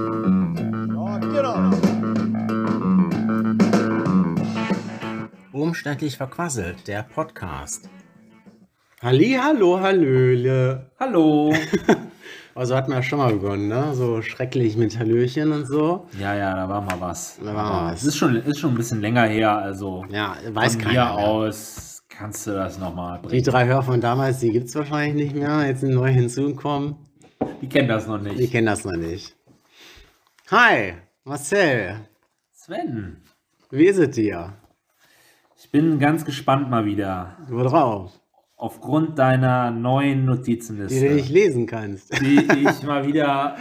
Rock it on. Umständlich verquasselt, der Podcast. Halli, hallo, hallöle. Hallo. Also hatten wir schon mal begonnen, ne? So schrecklich mit Hallöchen und so. ja, ja, da war mal was. Da war mal was. Es ist schon, ist schon ein bisschen länger her, also Ja, weiß von keiner. mir mehr. aus kannst du das nochmal Die bringen. drei Hörer von damals, die gibt's wahrscheinlich nicht mehr. Jetzt sind neu hinzugekommen. Die kennen das noch Die nicht. kennen das noch nicht. Hi, Marcel. Sven, Wie ist es dir? ich bin ganz gespannt mal wieder. Worauf? Aufgrund deiner neuen Die du nicht Notizenliste, lesen kannst. die ich mal wieder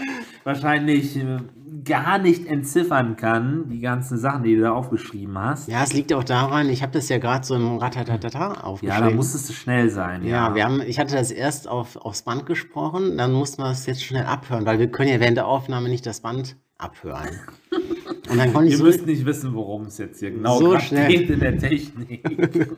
wahrscheinlich äh, gar nicht entziffern kann, die ganzen Sachen, die du da aufgeschrieben hast. Ja, es liegt auch daran, ich habe das ja gerade so im Ratatatata Ja, aufgeschrieben. da musstest du schnell sein. Ja, wir haben, ich hatte das erst auf, aufs Band gesprochen, dann mussten wir es jetzt schnell abhören, weil wir können ja während der Aufnahme nicht das Band abhören. Und dann konnte ich Ihr so, müsst nicht wissen, worum es jetzt hier genau So grad schnell. geht in der Technik.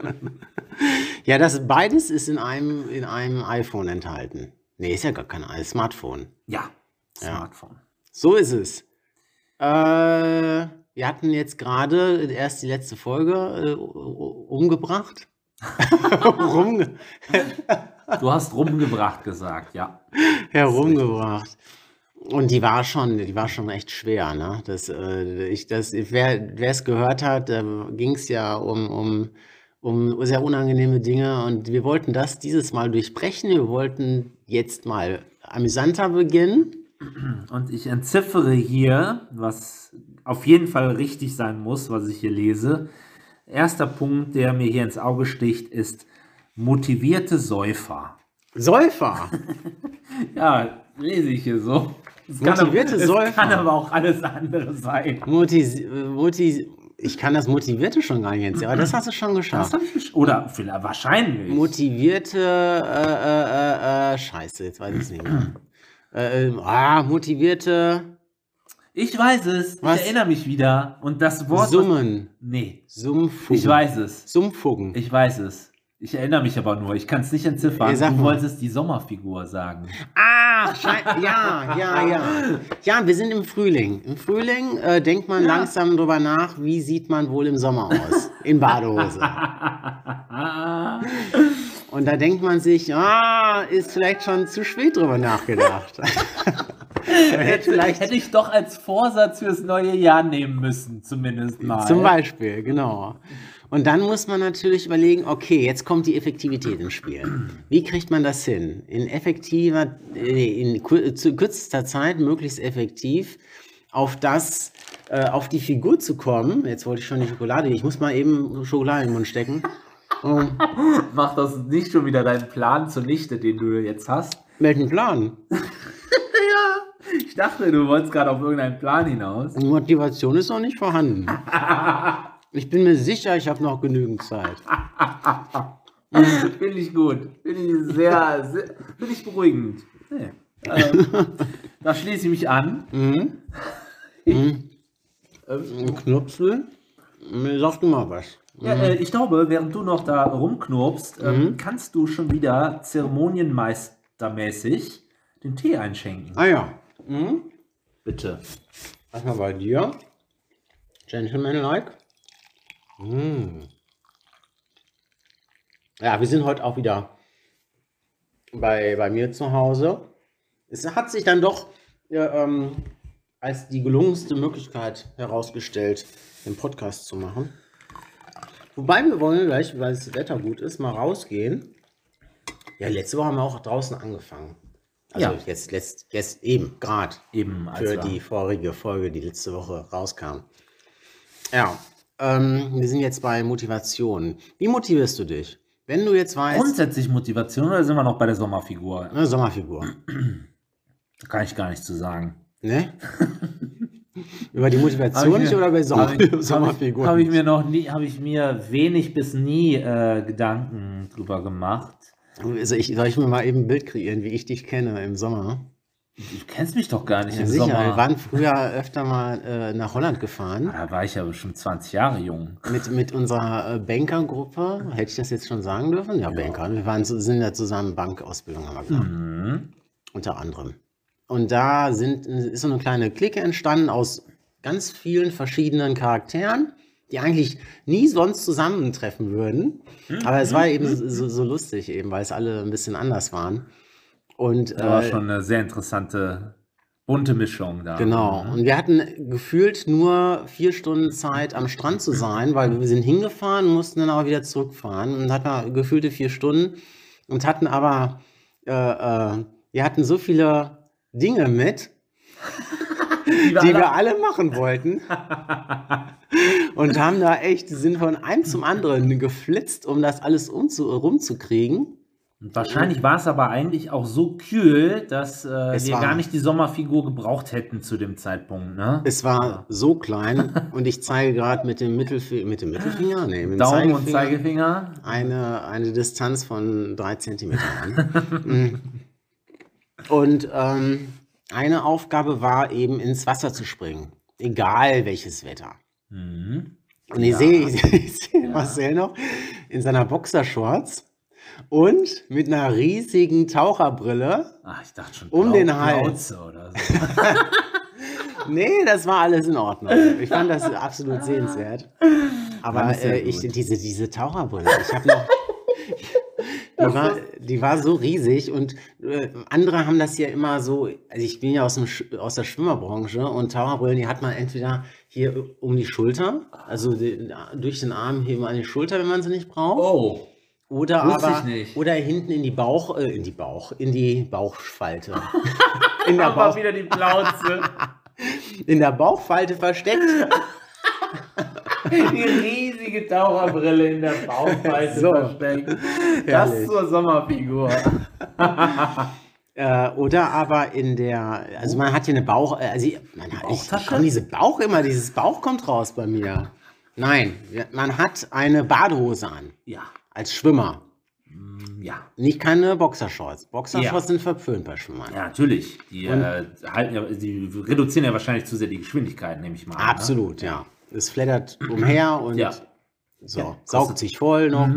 ja, das beides ist in einem, in einem iPhone enthalten. Nee, ist ja gar kein i- Smartphone. ja, Smartphone. So ist es. Äh, wir hatten jetzt gerade erst die letzte Folge äh, umgebracht. Rumge Du hast rumgebracht gesagt, ja. herumgebracht. Und die war schon, die war schon echt schwer, ne? Das, äh, ich, das, wer es gehört hat, äh, ging es ja um, um, um sehr unangenehme Dinge. Und wir wollten das dieses Mal durchbrechen. Wir wollten jetzt mal amüsanter beginnen. Und ich entziffere hier, was auf jeden Fall richtig sein muss, was ich hier lese. Erster Punkt, der mir hier ins Auge sticht, ist motivierte Säufer. Säufer! Ja, lese ich hier so. Es Motivierte aber, Säufer. Es kann aber auch alles andere sein. Mutti, Mutti, ich kann das Motivierte schon gar nicht jetzt, aber das hast du schon geschafft. hab ich gesch- Oder vielleicht wahrscheinlich. Motivierte, äh, äh, äh, äh, scheiße, jetzt weiß ich es nicht mehr. Äh, ähm, ah, motivierte ich weiß es. Was? Ich erinnere mich wieder. Und das Wort. was- Summen. Nee, Sumpfugen. ich weiß es. Sumpfugen. Ich weiß es. Ich erinnere mich aber nur. Ich kann es nicht entziffern. Ja, sag Du mal. wolltest die Sommerfigur sagen. ah, schei- ja, ja, Ah, ja. Ja, wir sind im Frühling. Im Frühling äh, denkt man langsam drüber nach, wie sieht man wohl im Sommer aus? In Badehose. Und da denkt man sich, ah, ist vielleicht schon zu spät drüber nachgedacht. Hätte, vielleicht- hätte ich doch als Vorsatz fürs neue Jahr nehmen müssen, zumindest mal. Zum Beispiel, genau. Und dann muss man natürlich überlegen, okay, jetzt kommt die Effektivität ins Spiel. Wie kriegt man das hin? In effektiver, äh, in kur- zu kürzester Zeit, möglichst effektiv, auf das, äh, auf die Figur zu kommen. Jetzt wollte ich schon die Schokolade, ich muss mal eben Schokolade in den Mund stecken. Mach das nicht schon wieder deinen Plan zunichte, den du jetzt hast. Welchen Plan? Ich dachte, du wolltest gerade auf irgendeinen Plan hinaus. Die Motivation ist noch nicht vorhanden. Ich bin mir sicher, ich habe noch genügend Zeit. Finde ich gut. Finde ich sehr, sehr finde ich beruhigend. Nee. Ähm, da schließe ich mich an. Äh, Ein Knupsel? Sag du mal was. Ja, äh, ich glaube, während du noch da rumknobst, Mhm. ähm, kannst du schon wieder zeremonienmeistermäßig den Tee einschenken. Ah ja, Bitte. Was mal bei dir? Gentleman-like. Mm. Ja, wir sind heute auch wieder bei, bei mir zu Hause. Es hat sich dann doch ja, ähm, als die gelungenste Möglichkeit herausgestellt, den Podcast zu machen. Wobei wir wollen gleich, weil das Wetter gut ist, mal rausgehen. Ja, letzte Woche haben wir auch draußen angefangen. Also Ja. jetzt, letzt, jetzt eben, gerade Eben als für wir- die vorige Folge, die letzte Woche rauskam. Ja, ähm, wir sind jetzt bei Motivation. Wie motivierst du dich? Wenn du jetzt weißt, Grundsätzlich Motivation oder sind wir noch bei der Sommerfigur? ne, Sommerfigur, Da kann ich gar nicht zu sagen. ne? Über die Hab Motivation ich nicht mir- oder bei Sommer, hab ich- hab ich- Sommerfigur? Habe ich mir noch nie, habe ich mir wenig bis nie äh, Gedanken drüber gemacht. also ich, soll ich mir mal eben ein Bild kreieren, wie ich dich kenne im Sommer? Du kennst mich doch gar nicht Ja, im sicher, Sommer. wir waren früher öfter mal äh, nach Holland gefahren da war ich ja bestimmt 20 Jahre jung. mit, mit unserer äh, Bankergruppe. Hätte ich das jetzt schon sagen dürfen? Ja, Banker. Wir waren, so- sind ja zusammen Bankausbildung, haben wir gemacht. Mhm. Unter anderem. Und da sind, ist so eine kleine Clique entstanden aus ganz vielen verschiedenen Charakteren, die eigentlich nie sonst zusammentreffen würden. Mhm. Aber es war eben so, so lustig, eben, weil es alle ein bisschen anders waren. Und Da war äh, schon eine sehr interessante, bunte Mischung da. Mhm. Genau. Und wir hatten gefühlt nur vier Stunden Zeit am Strand zu sein, weil wir sind hingefahren, mussten dann aber wieder zurückfahren und hatten da gefühlte vier Stunden und hatten aber, äh, äh, wir hatten so viele Dinge mit, Die wir die alle- wir alle machen wollten und haben da echt, sind von einem zum anderen geflitzt, um das alles umzu, rumzukriegen. Und Wahrscheinlich war es aber eigentlich auch so kühl, dass äh, Es wir war- gar nicht die Sommerfigur gebraucht hätten zu dem Zeitpunkt. Ne? Es war so klein und ich zeige gerade mit dem Mittelfinger, mit dem Mittelfinger, nee, mit dem Daumen und Zeigefinger. Zeigefinger. eine, eine Distanz von drei Zentimetern an. Mm. Und ähm, eine Aufgabe war eben ins Wasser zu springen, egal welches Wetter. Mhm. Und ich Ja. sehe ich seh- ich seh Marcel noch in seiner Boxershorts und mit einer riesigen Taucherbrille. Ach, Ah, ich dachte schon. Um Blau- den Hals. Plauze Oder so. Nee, das war alles in Ordnung. Ich fand das absolut sehenswert. Aber Fand ich sehr äh, ich, gut. diese, diese Taucherbrille, ich habe noch. Die war, die war so riesig und äh, andere haben das ja immer so, also ich bin ja aus, dem, Sch- aus der Schwimmerbranche und Taucherbrillen, die hat man entweder hier um die Schulter, also den, durch den Arm hier mal an die Schulter, wenn man sie nicht braucht. Oh. Oder Wusste aber ich nicht. oder hinten in die Bauch, äh, in die Bauch, in die Bauchspalte. In der, Aber Bauch, wieder die Plauze. in der Bauchfalte versteckt. die riesige Taucherbrille in der Bauchfalte So. versteckt. Das Herrlich. zur Sommerfigur. Äh, oder aber in der, also man hat hier eine Bauch, äh, also ich, man hat, ich, Bauchtasche? komm, diese Bauch immer, dieses Bauch kommt raus bei mir. Nein, wir- man hat eine Badehose an, Ja. als Schwimmer. Ja. Nicht keine Boxershorts. Boxershorts Ja. sind verpönt bei Schwimmern. Ja, natürlich. Die, äh, halten ja, die reduzieren ja wahrscheinlich zu sehr die Geschwindigkeit, nehme ich mal an. ne? Absolut, ja. Es flattert umher und Ja. Mhm. so, kostet- saugt sich voll noch.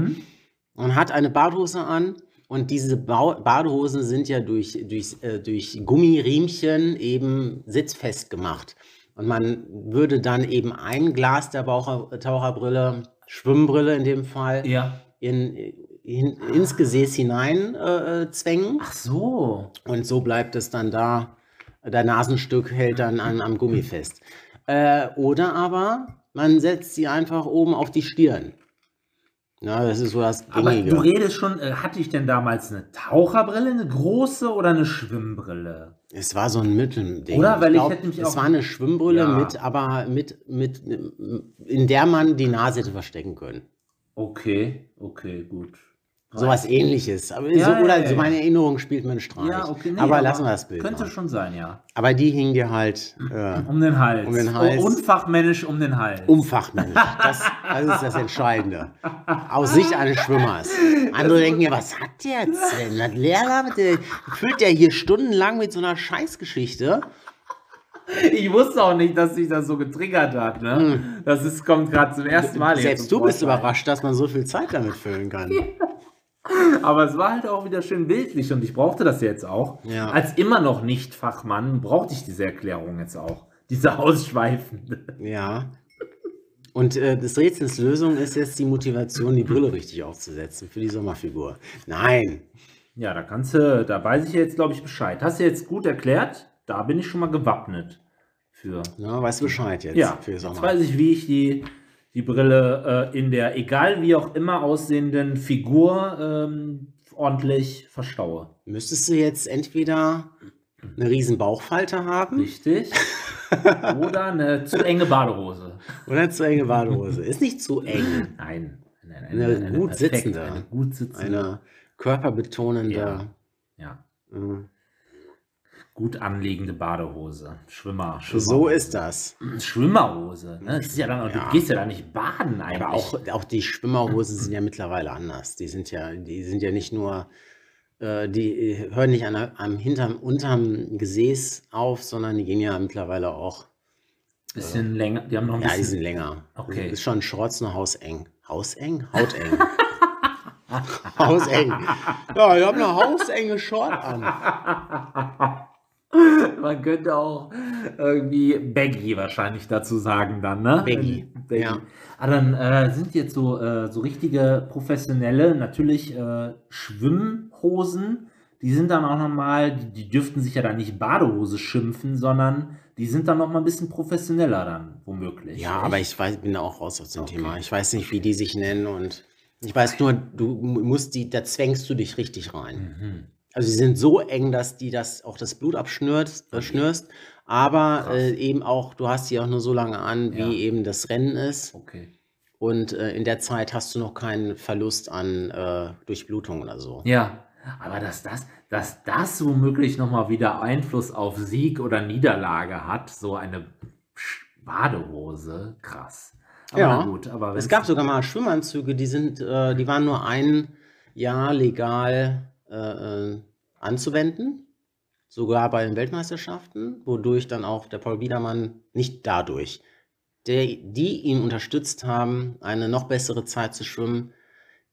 Und hat eine Badehose an. Und diese Bau Badehosen sind ja durch, durch, äh, durch Gummiriemchen eben sitzfest gemacht. Und man würde dann eben ein Glas der Baucher Taucherbrille, Schwimmbrille in dem Fall, Ja. in, in, ins Gesäß hinein äh, äh, zwängen. Ach so. Und so bleibt es dann da. Der Nasenstück hält dann an, am Hm. Gummi fest. Äh, oder aber man setzt sie einfach oben auf die Stirn. Na, das ist so das Aber du Gängige. redest schon, äh, hatte ich denn damals eine Taucherbrille, eine große oder eine Schwimmbrille? Es war so ein Mittelding. Oder? Weil ich hätte mich Es auch- war eine Schwimmbrille Ja. mit, aber mit, mit, in der man die Nase hätte verstecken können. Okay, okay, gut. Sowas ähnliches. Aber Ja, so, ja, oder ja, so ja. meine Erinnerung spielt mir einen Streich. Ja, okay, nee, aber, lassen wir das Bild. Könnte mal. schon sein, ja. Aber die hing dir halt äh, Um den Hals. Um den Hals. Oh, Unfachmännisch um den Hals. Umfachmännisch. Das, das ist das Entscheidende. Aus Sicht eines Schwimmers. Andere denken ja, was hat der jetzt denn? Was Lehrer, mit der, füllt der hier stundenlang mit so einer Scheißgeschichte? Ich wusste auch nicht, dass sich das so getriggert hat, ne? Das ist, kommt gerade zum ersten Mal jetzt Selbst zum du bist Vorschein. überrascht, dass man so viel Zeit damit füllen kann. Aber es war halt auch wieder schön bildlich und ich brauchte das ja jetzt auch. Ja. Als immer noch nicht Fachmann brauchte ich diese Erklärung jetzt auch. Diese ausschweifende. Ja. Und äh, des Rätsels Lösung ist jetzt die Motivation, die Brille richtig aufzusetzen für die Sommerfigur. Nein. Ja, da kannst du, da weiß ich ja jetzt, glaube ich, Bescheid. Hast du jetzt gut erklärt? Da bin ich schon mal gewappnet für. Na, weißt du Bescheid jetzt Ja, für die jetzt Sommer. weiß ich, wie ich die, die Brille äh, in der, egal wie auch immer aussehenden Figur ähm, ordentlich verstaue. Müsstest du jetzt entweder eine riesen Bauchfalte haben Richtig. Oder eine zu enge Badehose. oder zu enge Badehose? Ist nicht zu eng. Nein. Eine, Eine gut sitzende. Eine gut sitzende. eine körperbetonende. ja. Mhm. Gut anliegende Badehose. Schwimmer. Schwimmer So ist das. Schwimmerhose. Ne? Das ist ja dann auch, Ja. Du gehst ja da nicht baden eigentlich. Aber auch, auch die Schwimmerhosen sind ja mittlerweile anders. Die sind ja, die sind ja nicht nur, äh, die äh, hören nicht an, der- am hinterm, unterm Gesäß auf, sondern die gehen ja mittlerweile auch. bisschen länger. Die haben noch ein Ja, die bisschen. sind länger. Okay. Ist schon Shorts nur hauseng. Hauseng? Hauteng. hauseng. Ja, ich habe eine hausenge Short an. Man könnte auch irgendwie Baggy wahrscheinlich dazu sagen dann, ne? Baggy, Baggy. ja. Ah, dann äh, sind jetzt so, äh, so richtige professionelle, natürlich äh, Schwimmhosen. Die sind dann auch nochmal, die, die dürften sich ja dann nicht Badehose schimpfen, sondern die sind dann nochmal ein bisschen professioneller dann, womöglich. Ja, Echt? aber ich weiß, bin da auch raus aus dem Okay. Thema. Ich weiß nicht, wie die sich nennen und ich weiß nur, du mu- musst die, da zwängst du dich richtig rein. Mhm. Also sie sind so eng, dass die das auch das Blut abschnürst, äh, schnürst, aber Mhm. Krass. äh, eben auch, du hast die auch nur so lange an, wie Ja. eben das Rennen ist. Okay. Und äh, in der Zeit hast du noch keinen Verlust an äh, Durchblutung oder so. Ja, aber dass das, dass das womöglich nochmal wieder Einfluss auf Sieg oder Niederlage hat, so eine Sch- Badehose, krass. Aber Ja. na gut, aber Es wenn's- gab sogar mal Schwimmanzüge, die sind, äh, die waren nur ein Jahr legal äh, äh, anzuwenden. Sogar bei den Weltmeisterschaften, wodurch dann auch der Paul Biedermann, nicht dadurch, der, die ihn unterstützt haben, eine noch bessere Zeit zu schwimmen,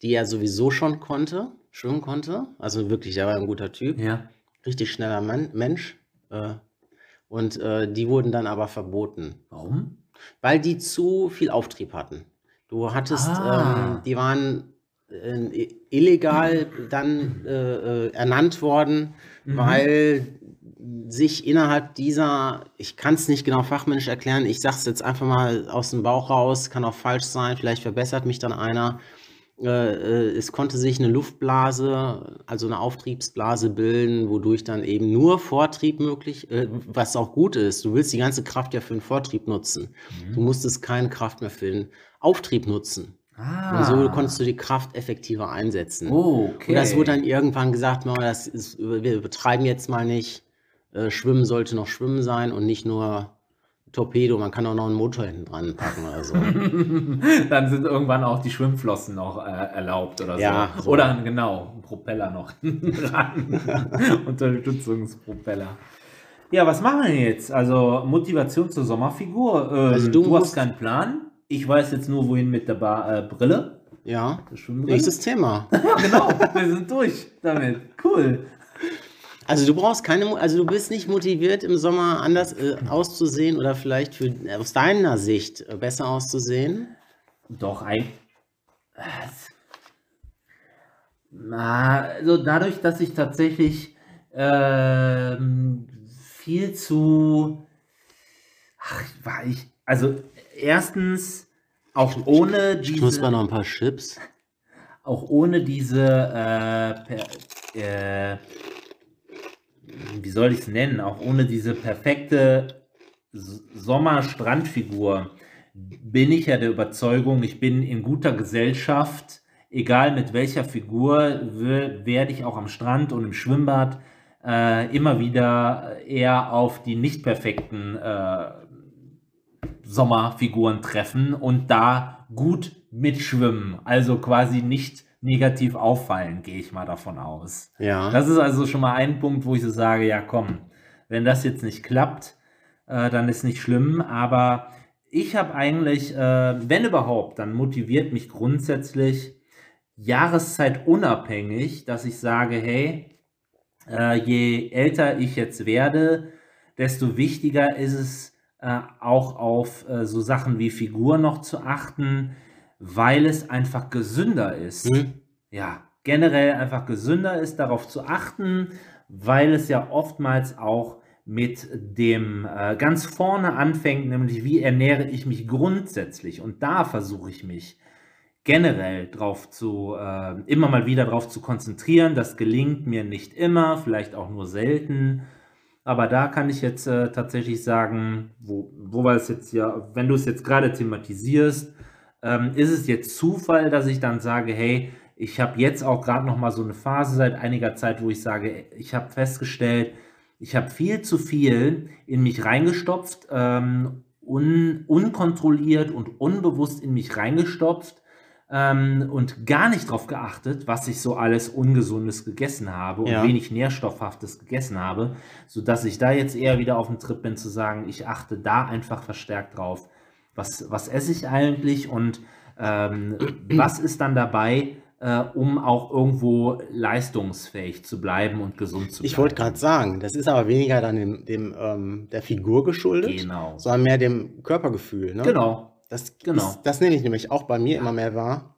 die er sowieso schon konnte, schwimmen konnte. Also wirklich, er war ein guter Typ, Ja, richtig schneller Mann, Mensch. Äh, und äh, die wurden dann aber verboten. warum? Weil die zu viel Auftrieb hatten. Du hattest, Ah. ähm, die waren äh, illegal dann äh, äh, ernannt worden, Mhm. weil sich innerhalb dieser, ich kann es nicht genau fachmännisch erklären, ich sag's jetzt einfach mal aus dem Bauch raus, kann auch falsch sein, vielleicht verbessert mich dann einer. Äh, äh, es konnte sich eine Luftblase, also eine Auftriebsblase bilden, wodurch dann eben nur Vortrieb möglich, äh, was auch gut ist. Du willst die ganze Kraft ja für den Vortrieb nutzen. Du musstest keine Kraft mehr für den Auftrieb nutzen. Ah. Und so konntest du die Kraft effektiver einsetzen. Oh, okay. Und das wurde dann irgendwann gesagt, no, das ist, wir betreiben jetzt mal nicht, äh, Schwimmen sollte noch Schwimmen sein und nicht nur Torpedo, man kann auch noch einen Motor hinten dran packen oder so. Dann sind irgendwann auch die Schwimmflossen noch äh, erlaubt oder Ja, so. so. Oder ein- genau, ein Propeller noch dran. Unterstützungspropeller. Ja, was machen wir jetzt? Also Motivation zur Sommerfigur. Ähm, Also du du hast musst- keinen Plan. Ich weiß jetzt nur, wohin mit der Bar, äh, Brille. ja, Schwimmbrille. nächstes Thema. Ja, genau, wir sind durch damit. Cool. Also du brauchst keine, Mo- also du bist nicht motiviert im Sommer anders äh, auszusehen oder vielleicht für, aus deiner Sicht äh, besser auszusehen. Doch, ein. Was? Na, also dadurch, dass ich tatsächlich ähm, viel zu. Ach, war ich. Also, erstens, auch ohne Ich muss mal diese. noch ein paar Chips. Auch ohne diese. Äh, per, äh, wie soll ich es nennen? Auch ohne diese perfekte S- Sommer-Strandfigur bin ich ja der Überzeugung, ich bin in guter Gesellschaft, egal mit welcher Figur, we- werde ich auch am Strand und im Schwimmbad äh, immer wieder eher auf die nicht perfekten äh, Sommerfiguren treffen und da gut mitschwimmen. Also quasi nicht negativ auffallen, gehe ich mal davon aus. Ja. Das ist also schon mal ein Punkt, wo ich so sage, ja komm, wenn das jetzt nicht klappt, äh, dann ist nicht schlimm. Aber ich habe eigentlich, äh, wenn überhaupt, dann motiviert mich grundsätzlich jahreszeitunabhängig, dass ich sage, hey, äh, je älter ich jetzt werde, desto wichtiger ist es äh, auch auf äh, so Sachen wie Figur noch zu achten, weil es einfach gesünder ist Hm? ja, generell einfach gesünder ist, darauf zu achten, weil es ja oftmals auch mit dem äh, ganz vorne anfängt, nämlich wie ernähre ich mich grundsätzlich. Und da versuche ich mich generell drauf zu, äh, immer mal wieder drauf zu konzentrieren. Das gelingt mir nicht immer, vielleicht auch nur selten. Aber da kann ich jetzt äh, tatsächlich sagen, wo, wo wir es jetzt ja, wenn du es jetzt gerade thematisierst, ähm, ist es jetzt Zufall, dass ich dann sage, hey, ich habe jetzt auch gerade noch mal so eine Phase seit einiger Zeit, wo ich sage, ich habe festgestellt, ich habe viel zu viel in mich reingestopft, ähm, un unkontrolliert und unbewusst in mich reingestopft ähm, und gar nicht darauf geachtet, was ich so alles Ungesundes gegessen habe und Ja. wenig Nährstoffhaftes gegessen habe, sodass ich da jetzt eher wieder auf dem Trip bin zu sagen, ich achte da einfach verstärkt drauf, was, was esse ich eigentlich und ähm, was ist dann dabei, äh, um auch irgendwo leistungsfähig zu bleiben und gesund zu bleiben. Ich wollte gerade sagen, das ist aber weniger dann dem, dem ähm, der Figur geschuldet, Genau. sondern mehr dem Körpergefühl. Ne? Genau. Das, Genau. ist, das nehme ich nämlich auch bei mir immer mehr wahr.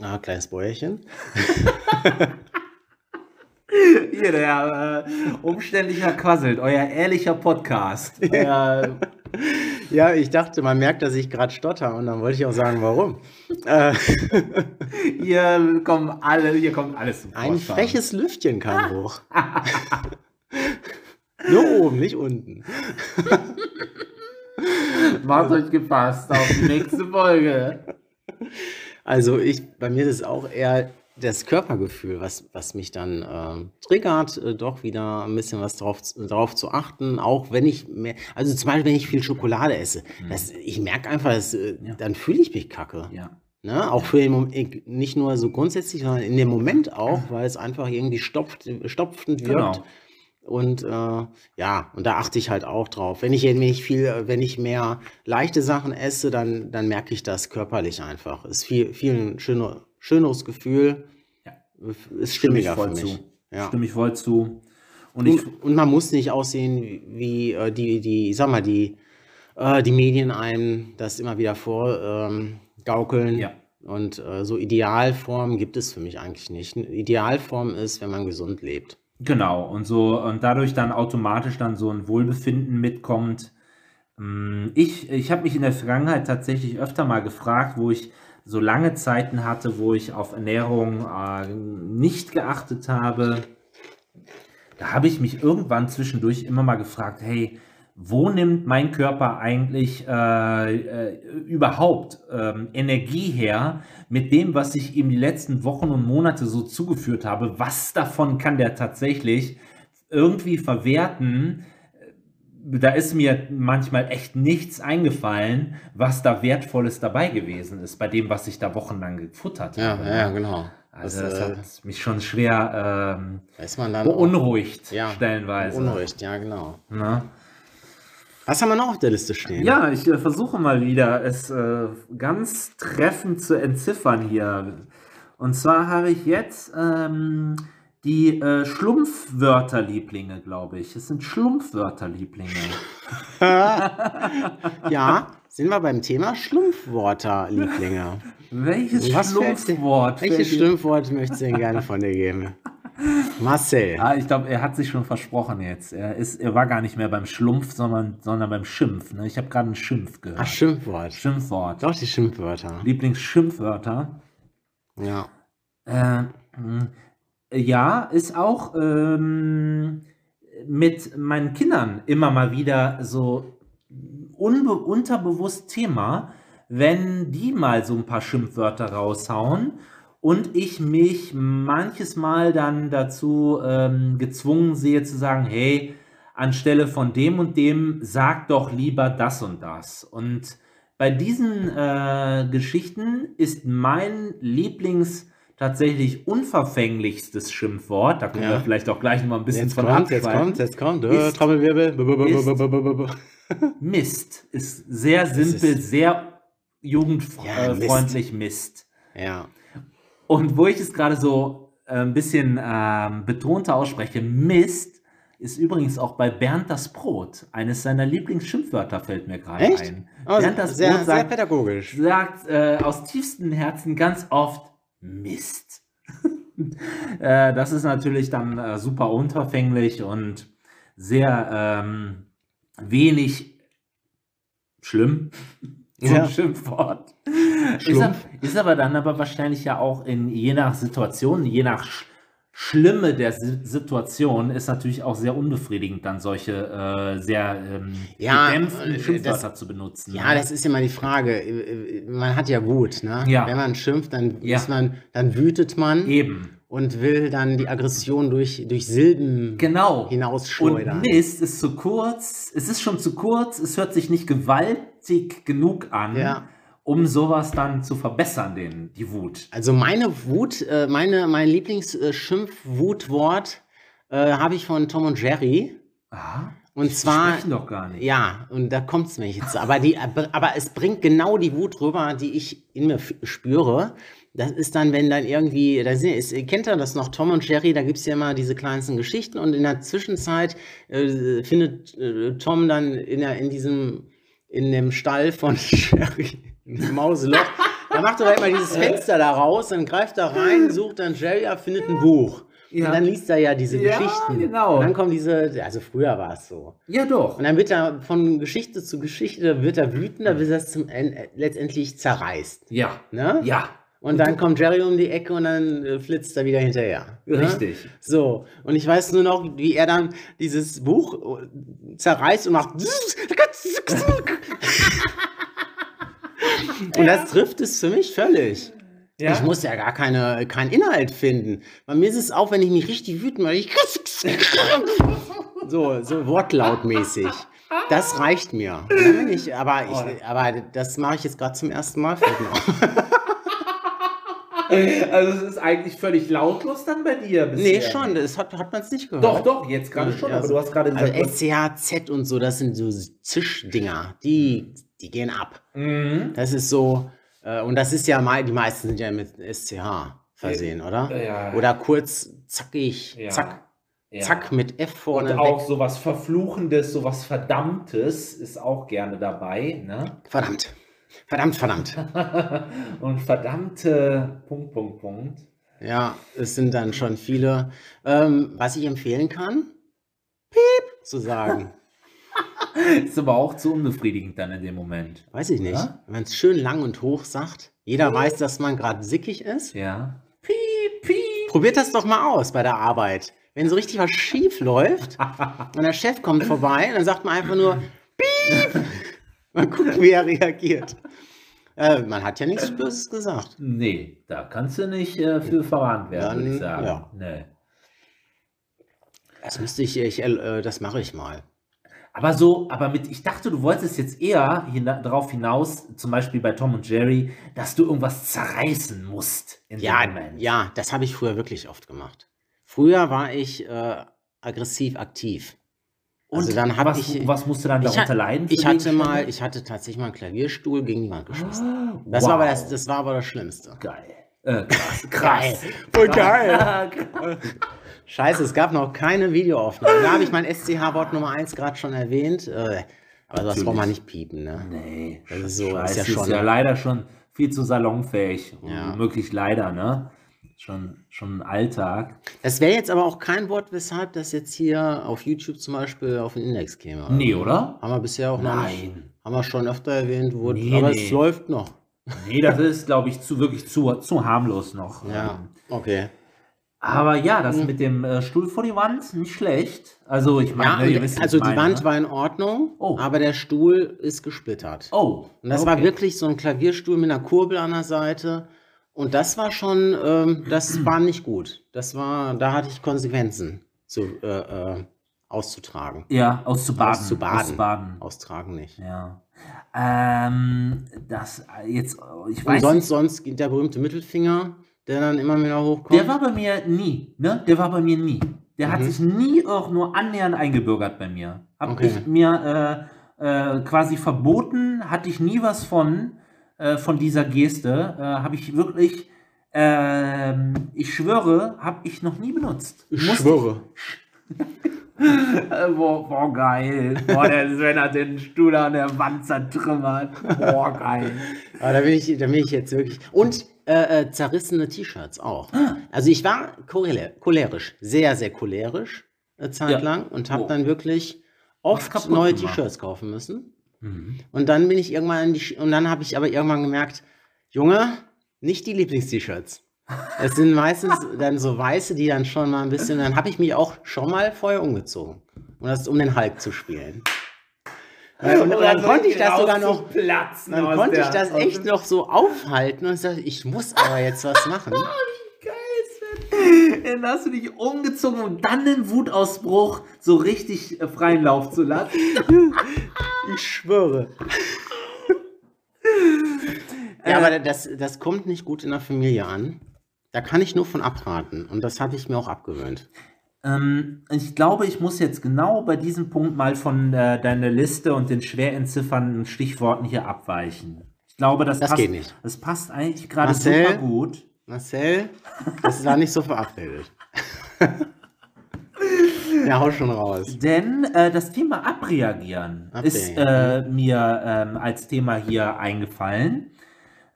Ah, kleines Bäuerchen. Hier, der äh, umständlicher Quasselt, euer ehrlicher Podcast. Euer, Ja, ich dachte, man merkt, dass ich gerade stotter und dann wollte ich auch sagen, warum. äh, hier kommen alle, hier kommt alles zum ein Vorschein. freches Lüftchen kam hoch. Nur oben, nicht unten. Macht euch gefasst auf die nächste Folge. Also ich, bei mir ist es auch eher das Körpergefühl, was, was mich dann ähm, triggert, äh, doch wieder ein bisschen was drauf, zu- drauf zu achten, auch wenn ich mehr, also zum Beispiel, wenn ich viel Schokolade esse, das, ich merke einfach, dass, äh, Ja. dann fühle ich mich kacke. Ja. Ne? Auch für den Moment, ich- nicht nur so grundsätzlich, sondern in dem Moment auch, weil es einfach irgendwie stopft, stopfend wirkt. Genau. Und äh, ja, und da achte ich halt auch drauf. Wenn ich, wenn ich viel, äh, wenn ich mehr leichte Sachen esse, dann, dann merke ich das körperlich einfach. Ist viel, viel ein schöner, schöneres Gefühl. Ja. Ist Stimme ich stimmiger voll für mich. zu. Ja. Stimme ich voll zu. Und ich, Und, und man muss nicht aussehen wie- wie äh, die, die, ich sag mal, die, äh, die Medien einem das immer wieder vorgaukeln. Ähm, gaukeln. Ja. Und äh, so Idealformen gibt es für mich eigentlich nicht. Eine Idealform ist, wenn man gesund lebt. Genau, und so, und dadurch dann automatisch dann so ein Wohlbefinden mitkommt. Mm, Ich, ich habe mich in der Vergangenheit tatsächlich öfter mal gefragt, wo ich so lange Zeiten hatte, wo ich auf Ernährung äh, nicht geachtet habe. Da habe ich mich irgendwann zwischendurch immer mal gefragt, hey, wo nimmt mein Körper eigentlich äh, äh, überhaupt ähm, Energie her mit dem, was ich ihm die letzten Wochen und Monate so zugeführt habe? Was davon kann der tatsächlich irgendwie verwerten? Äh, Da ist mir manchmal echt nichts eingefallen, was da wertvolles dabei gewesen ist, bei dem, was ich da wochenlang gefuttert habe. genau. Also das, das äh, hat mich schon schwer ähm, da ist man dann beunruhigt, Ja, stellenweise. Unruhig, ja, genau. Ne? Was haben wir noch auf der Liste stehen? Ja, ich äh, versuche mal wieder, es äh, ganz treffend zu entziffern hier. Und zwar habe ich jetzt ähm, die äh, Schlumpfwörterlieblinge, glaube ich. Es sind Schlumpfwörterlieblinge. ja, sind wir beim Thema Schlumpfwörter, Lieblinge. Welches Was fällt dir- Schlumpfwort? Welches fällt dir- Schlumpfwort möchtest du denn gerne von dir geben? Marcel. Ah, ich glaube, er hat sich schon versprochen jetzt. Er, ist, er war gar nicht mehr beim Schlumpf, sondern, sondern beim Schimpf. Ne? Ich habe gerade einen Schimpf gehört. Ach, Schimpfwort. Schimpfwort. Doch, die Schimpfwörter. Lieblingsschimpfwörter. Ja. Äh, mh, ja, ist auch ähm, mit meinen Kindern immer mal wieder so unbe unterbewusst Thema, wenn die mal so ein paar Schimpfwörter raushauen und ich mich manches Mal dann dazu ähm, gezwungen sehe zu sagen, hey, anstelle von dem und dem, sag doch lieber das und das. Und bei diesen äh, Geschichten ist mein Lieblings tatsächlich unverfänglichstes Schimpfwort, da können Ja. wir vielleicht auch gleich noch mal ein bisschen Jetzt von kommt, jetzt abschweifen. kommt, jetzt kommt. Äh, Ist- Trommelwirbel. B- b- b- ist- b- b- b- b- b- Mist ist sehr simpel, ist- sehr Ja, Mist. jugendfreundlich Mist. Ja. Und wo ich es gerade so äh, ein bisschen ähm, betonter ausspreche, Mist ist übrigens auch bei Bernd das Brot. Eines seiner Lieblingsschimpfwörter fällt mir gerade Echt? ein. Aber Bernd das sehr, Brot sehr sagt, pädagogisch. sagt äh, aus tiefstem Herzen ganz oft Mist. äh, das ist natürlich dann äh, super unverfänglich und sehr ähm, wenig schlimm. So Ja. ein Schimpfwort. Ist, ab, Schlumpf. ist aber dann aber wahrscheinlich ja auch in je nach Situation, je nach Sch Schlimme der Si- Situation ist natürlich auch sehr unbefriedigend, dann solche äh, sehr ähm, Ja, gedämpften äh, das- Schimpfwörter zu benutzen. ne? Ja, das ist immer die Frage. Äh, äh, Man hat ja Wut, ne? Ja. Wenn man schimpft, dann Ja. ist man, dann wütet man eben. und will dann die Aggression durch, durch Silben Genau. hinausschleudern. Und Mist ist zu kurz, es ist schon zu kurz, es hört sich nicht gewaltig genug an, Ja. um sowas dann zu verbessern, den, die Wut. Also meine Wut, äh, meine, mein Lieblingsschimpf-Wutwort äh, habe ich von Tom und Jerry. Aha, Und zwar, Ah, sprechen doch gar nicht. ja, und da kommt es mir jetzt. Aber, die, aber es bringt genau die Wut rüber, die ich in mir f- spüre. Das ist dann, wenn dann irgendwie, da sind, ist, kennt ihr das noch, Tom und Jerry, da gibt es ja immer diese kleinsten Geschichten und in der Zwischenzeit äh, findet äh, Tom dann in, der, in diesem, in dem Stall von Jerry, im Mauseloch, da macht er immer dieses Fenster da raus, dann greift er rein, sucht dann Jerry ab, findet ein Buch. Ja. Und dann liest er ja diese Ja, Geschichten. genau. Und dann kommen diese, also früher war es so. Ja, doch. Und dann wird er von Geschichte zu Geschichte, wird er wütender, bis er es zum End, äh, letztendlich zerreißt. Ja. Ne? Ja. Und dann kommt Jerry um die Ecke und dann äh, flitzt er wieder hinterher. ne? Richtig. So, und ich weiß nur noch, wie er dann dieses Buch äh, zerreißt und macht. und das trifft es für mich völlig. Ja. Ich muss ja gar keine, keinen Inhalt finden. Bei mir ist es auch, wenn ich mich richtig wütend mache, ich so, so wortlautmäßig. Das reicht mir. Und dann bin ich, aber, Oh. ich, aber das mache ich jetzt gerade zum ersten Mal. fällt mir auf. Also es ist eigentlich völlig lautlos dann bei dir. Nee, bisher. schon, das hat, hat man es nicht gehört. Doch, doch, jetzt gerade schon, Ja, aber so- du hast gerade Also gesagt. SCHZ und so, das sind so Zischdinger, die, die gehen ab. Mhm. Das ist so, äh, und das ist ja, mei- die meisten sind ja mit SCH versehen, oder? Äh, ja. Oder kurz, zackig, Ja. zack, Ja. zack mit F Und vorne auch weg. sowas Verfluchendes, sowas Verdammtes ist auch gerne dabei. Ne? Verdammt, verdammt, verdammt. Und verdammte Punkt, Punkt, Punkt. ja, es sind dann schon viele. Ähm, was ich empfehlen kann, piep zu sagen. Ist aber auch zu unbefriedigend dann in dem Moment. Weiß ich nicht. Ja? Wenn man es schön lang und hoch sagt, jeder weiß, dass man gerade sickig ist. Ja. Piep, piep. Probiert das doch mal aus bei der Arbeit. Wenn so richtig was schief läuft und der Chef kommt vorbei, dann sagt man einfach nur Piep. Mal gucken, wie er reagiert. Äh, man hat ja nichts Böses gesagt. Nee, da kannst du nicht äh, für verwarnt werden, würde ich Dann, sagen. ja. Nee. Das müsste ich, ich äh, das mache ich mal. Aber so, aber mit, ich dachte, du wolltest jetzt eher hina darauf hinaus, zum Beispiel bei Tom und Jerry, dass du irgendwas zerreißen musst in Ja, dem Moment. ja, das habe ich früher wirklich oft gemacht. Früher war ich äh, aggressiv aktiv. Und also dann habe was, ich, was musst du dann ich, darunter ha- leiden? für ich hatte den mal, Schritt? ich hatte tatsächlich mal einen Klavierstuhl gegen die Wand geschmissen. Das wow. war aber das, das war aber das Schlimmste. Geil. Äh, krass. krass. Voll geil. Krass. Scheiße, es gab noch keine Videoaufnahme. Da habe ich mein SCH-Wort Nummer 1 gerade schon erwähnt. Äh, aber das braucht man nicht piepen, ne? Nee, Das ist so, Scheiße, ist ja schon- leider schon viel zu salonfähig. Ja. Womöglich leider, ne? Schon, schon ein Alltag. Das wäre jetzt aber auch kein Wort, weshalb das jetzt hier auf YouTube zum Beispiel auf den Index käme. oder? Nee, oder? Haben wir bisher auch Ähm, noch nicht. Nein. Haben wir schon öfter erwähnt, wurde, Nee, aber nee. es läuft noch. Nee, das ist, glaube ich, zu, wirklich zu, zu harmlos noch. Ja, Hm. Ähm, okay. Aber ja, das mit dem äh, Stuhl vor die Wand, nicht schlecht. Also, ich Ja, meine, ne? und, also die Wand war. war in Ordnung, Oh. aber der Stuhl ist gesplittert. Oh. Und das war wirklich so ein Klavierstuhl mit einer Kurbel an der Seite. Und das war schon, ähm, das war nicht gut. Das war, da hatte ich Konsequenzen zu, äh, äh, auszutragen. Ja, auszubaden. Auszubaden. Auszubaden. Austragen nicht. Ja. Ähm, das äh, jetzt, äh, ich Und weiß sonst, sonst geht der berühmte Mittelfinger, der dann immer wieder hochkommt. Der war bei mir nie, ne? Der war bei mir nie. Der hat Mhm. sich nie auch nur annähernd eingebürgert bei mir. Hab Okay. ich mir äh, äh, quasi verboten, hatte ich nie was von, äh, von dieser Geste. Äh, habe ich wirklich, ähm, ich schwöre, habe ich noch nie benutzt. Musste Äh, boah, boah, geil. Boah, der Sven hat den Stuhl an der Wand zertrümmert. Boah, geil. Aber da bin ich, da bin ich jetzt wirklich. Und äh, äh, zerrissene T-Shirts auch. Ah. Also ich war cholerisch, cholerisch sehr, sehr cholerisch eine Zeit Ja. lang und habe Oh. dann wirklich kaputt oft neue gemacht. T-Shirts kaufen müssen. Mhm. Und dann bin ich irgendwann in die Sch- und dann habe ich aber irgendwann gemerkt, Junge, nicht die Lieblings-T-Shirts. Es sind meistens dann so weiße, die dann schon mal ein bisschen. Dann habe ich mich auch schon mal vorher umgezogen, um das um den Hulk zu spielen. Weil- Und, und dann konnte ich das sogar noch platzen. dann Also, aus konnte der- ich das aus dem echt noch so aufhalten und ich dachte, ich muss aber jetzt was machen. Geil, Sven. Dann hast du dich umgezogen, um dann den Wutausbruch so richtig äh, freien Lauf zu lassen. Ich schwöre. Ja, aber das, das kommt nicht gut in der Familie an. Da kann ich nur von abraten. Und das habe ich mir auch abgewöhnt. Ähm, ich glaube, ich muss jetzt genau bei diesem Punkt mal von äh, deiner Liste und den schwer entziffernden Stichworten hier abweichen. Ich glaube, das, Das passt, geht nicht. Das passt eigentlich gerade Marcel? super gut. Marcel, das war nicht so verabredet. ja, hau schon raus. Denn äh, das Thema Abreagieren Abreagieren, ist äh, mir ähm, als Thema hier eingefallen,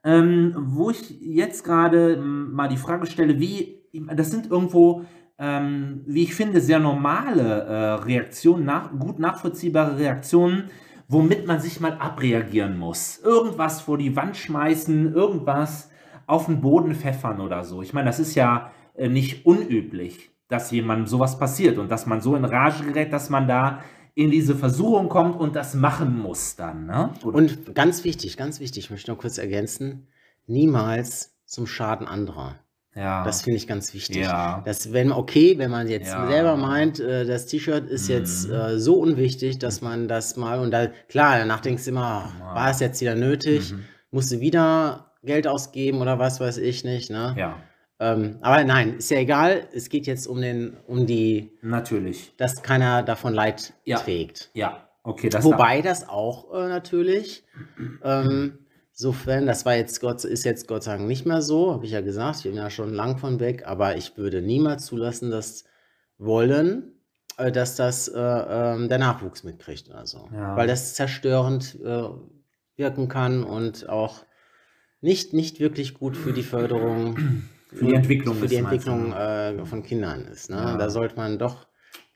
ähm, wo ich jetzt gerade ähm, mal die Frage stelle, wie, das sind irgendwo, ähm, wie ich finde, sehr normale äh, Reaktionen, nach, gut nachvollziehbare Reaktionen, womit man sich mal abreagieren muss. Irgendwas vor die Wand schmeißen, irgendwas auf den Boden pfeffern oder so. Ich meine, das ist ja äh, nicht unüblich, dass jemandem sowas passiert und dass man so in Rage gerät, dass man da in diese Versuchung kommt und das machen muss dann. Ne? Oder- Und ganz wichtig, ganz wichtig, möchte ich noch kurz ergänzen: niemals zum Schaden anderer. ja. Das finde ich ganz wichtig. Ja. Das wenn okay, wenn man jetzt Ja. Mhm. selber meint, äh, das T-Shirt ist jetzt äh, so unwichtig, dass man das mal und dann klar, danach denkst du immer, ach, war es jetzt wieder nötig? Mhm. Musst du wieder Geld ausgeben oder was weiß ich nicht, ne? ja, Ähm, aber nein, ist ja egal, es geht jetzt um den um die natürlich. dass keiner davon Leid Ja. trägt. Ja, okay. Das Wobei das auch äh, natürlich, ähm, sofern, das war jetzt Gott, ist jetzt Gott sei Dank nicht mehr so, habe ich ja gesagt, wir sind ja schon lang von weg, aber ich würde niemals zulassen, dass wollen, äh, dass das äh, ähm, der Nachwuchs mitkriegt oder so. Ja. Weil das zerstörend äh, wirken kann und auch nicht, nicht wirklich gut für die Förderung, Für die Entwicklung für die ist, meinst du, Entwicklung äh, von Kindern ist. Ne? Ja. Da sollte man doch,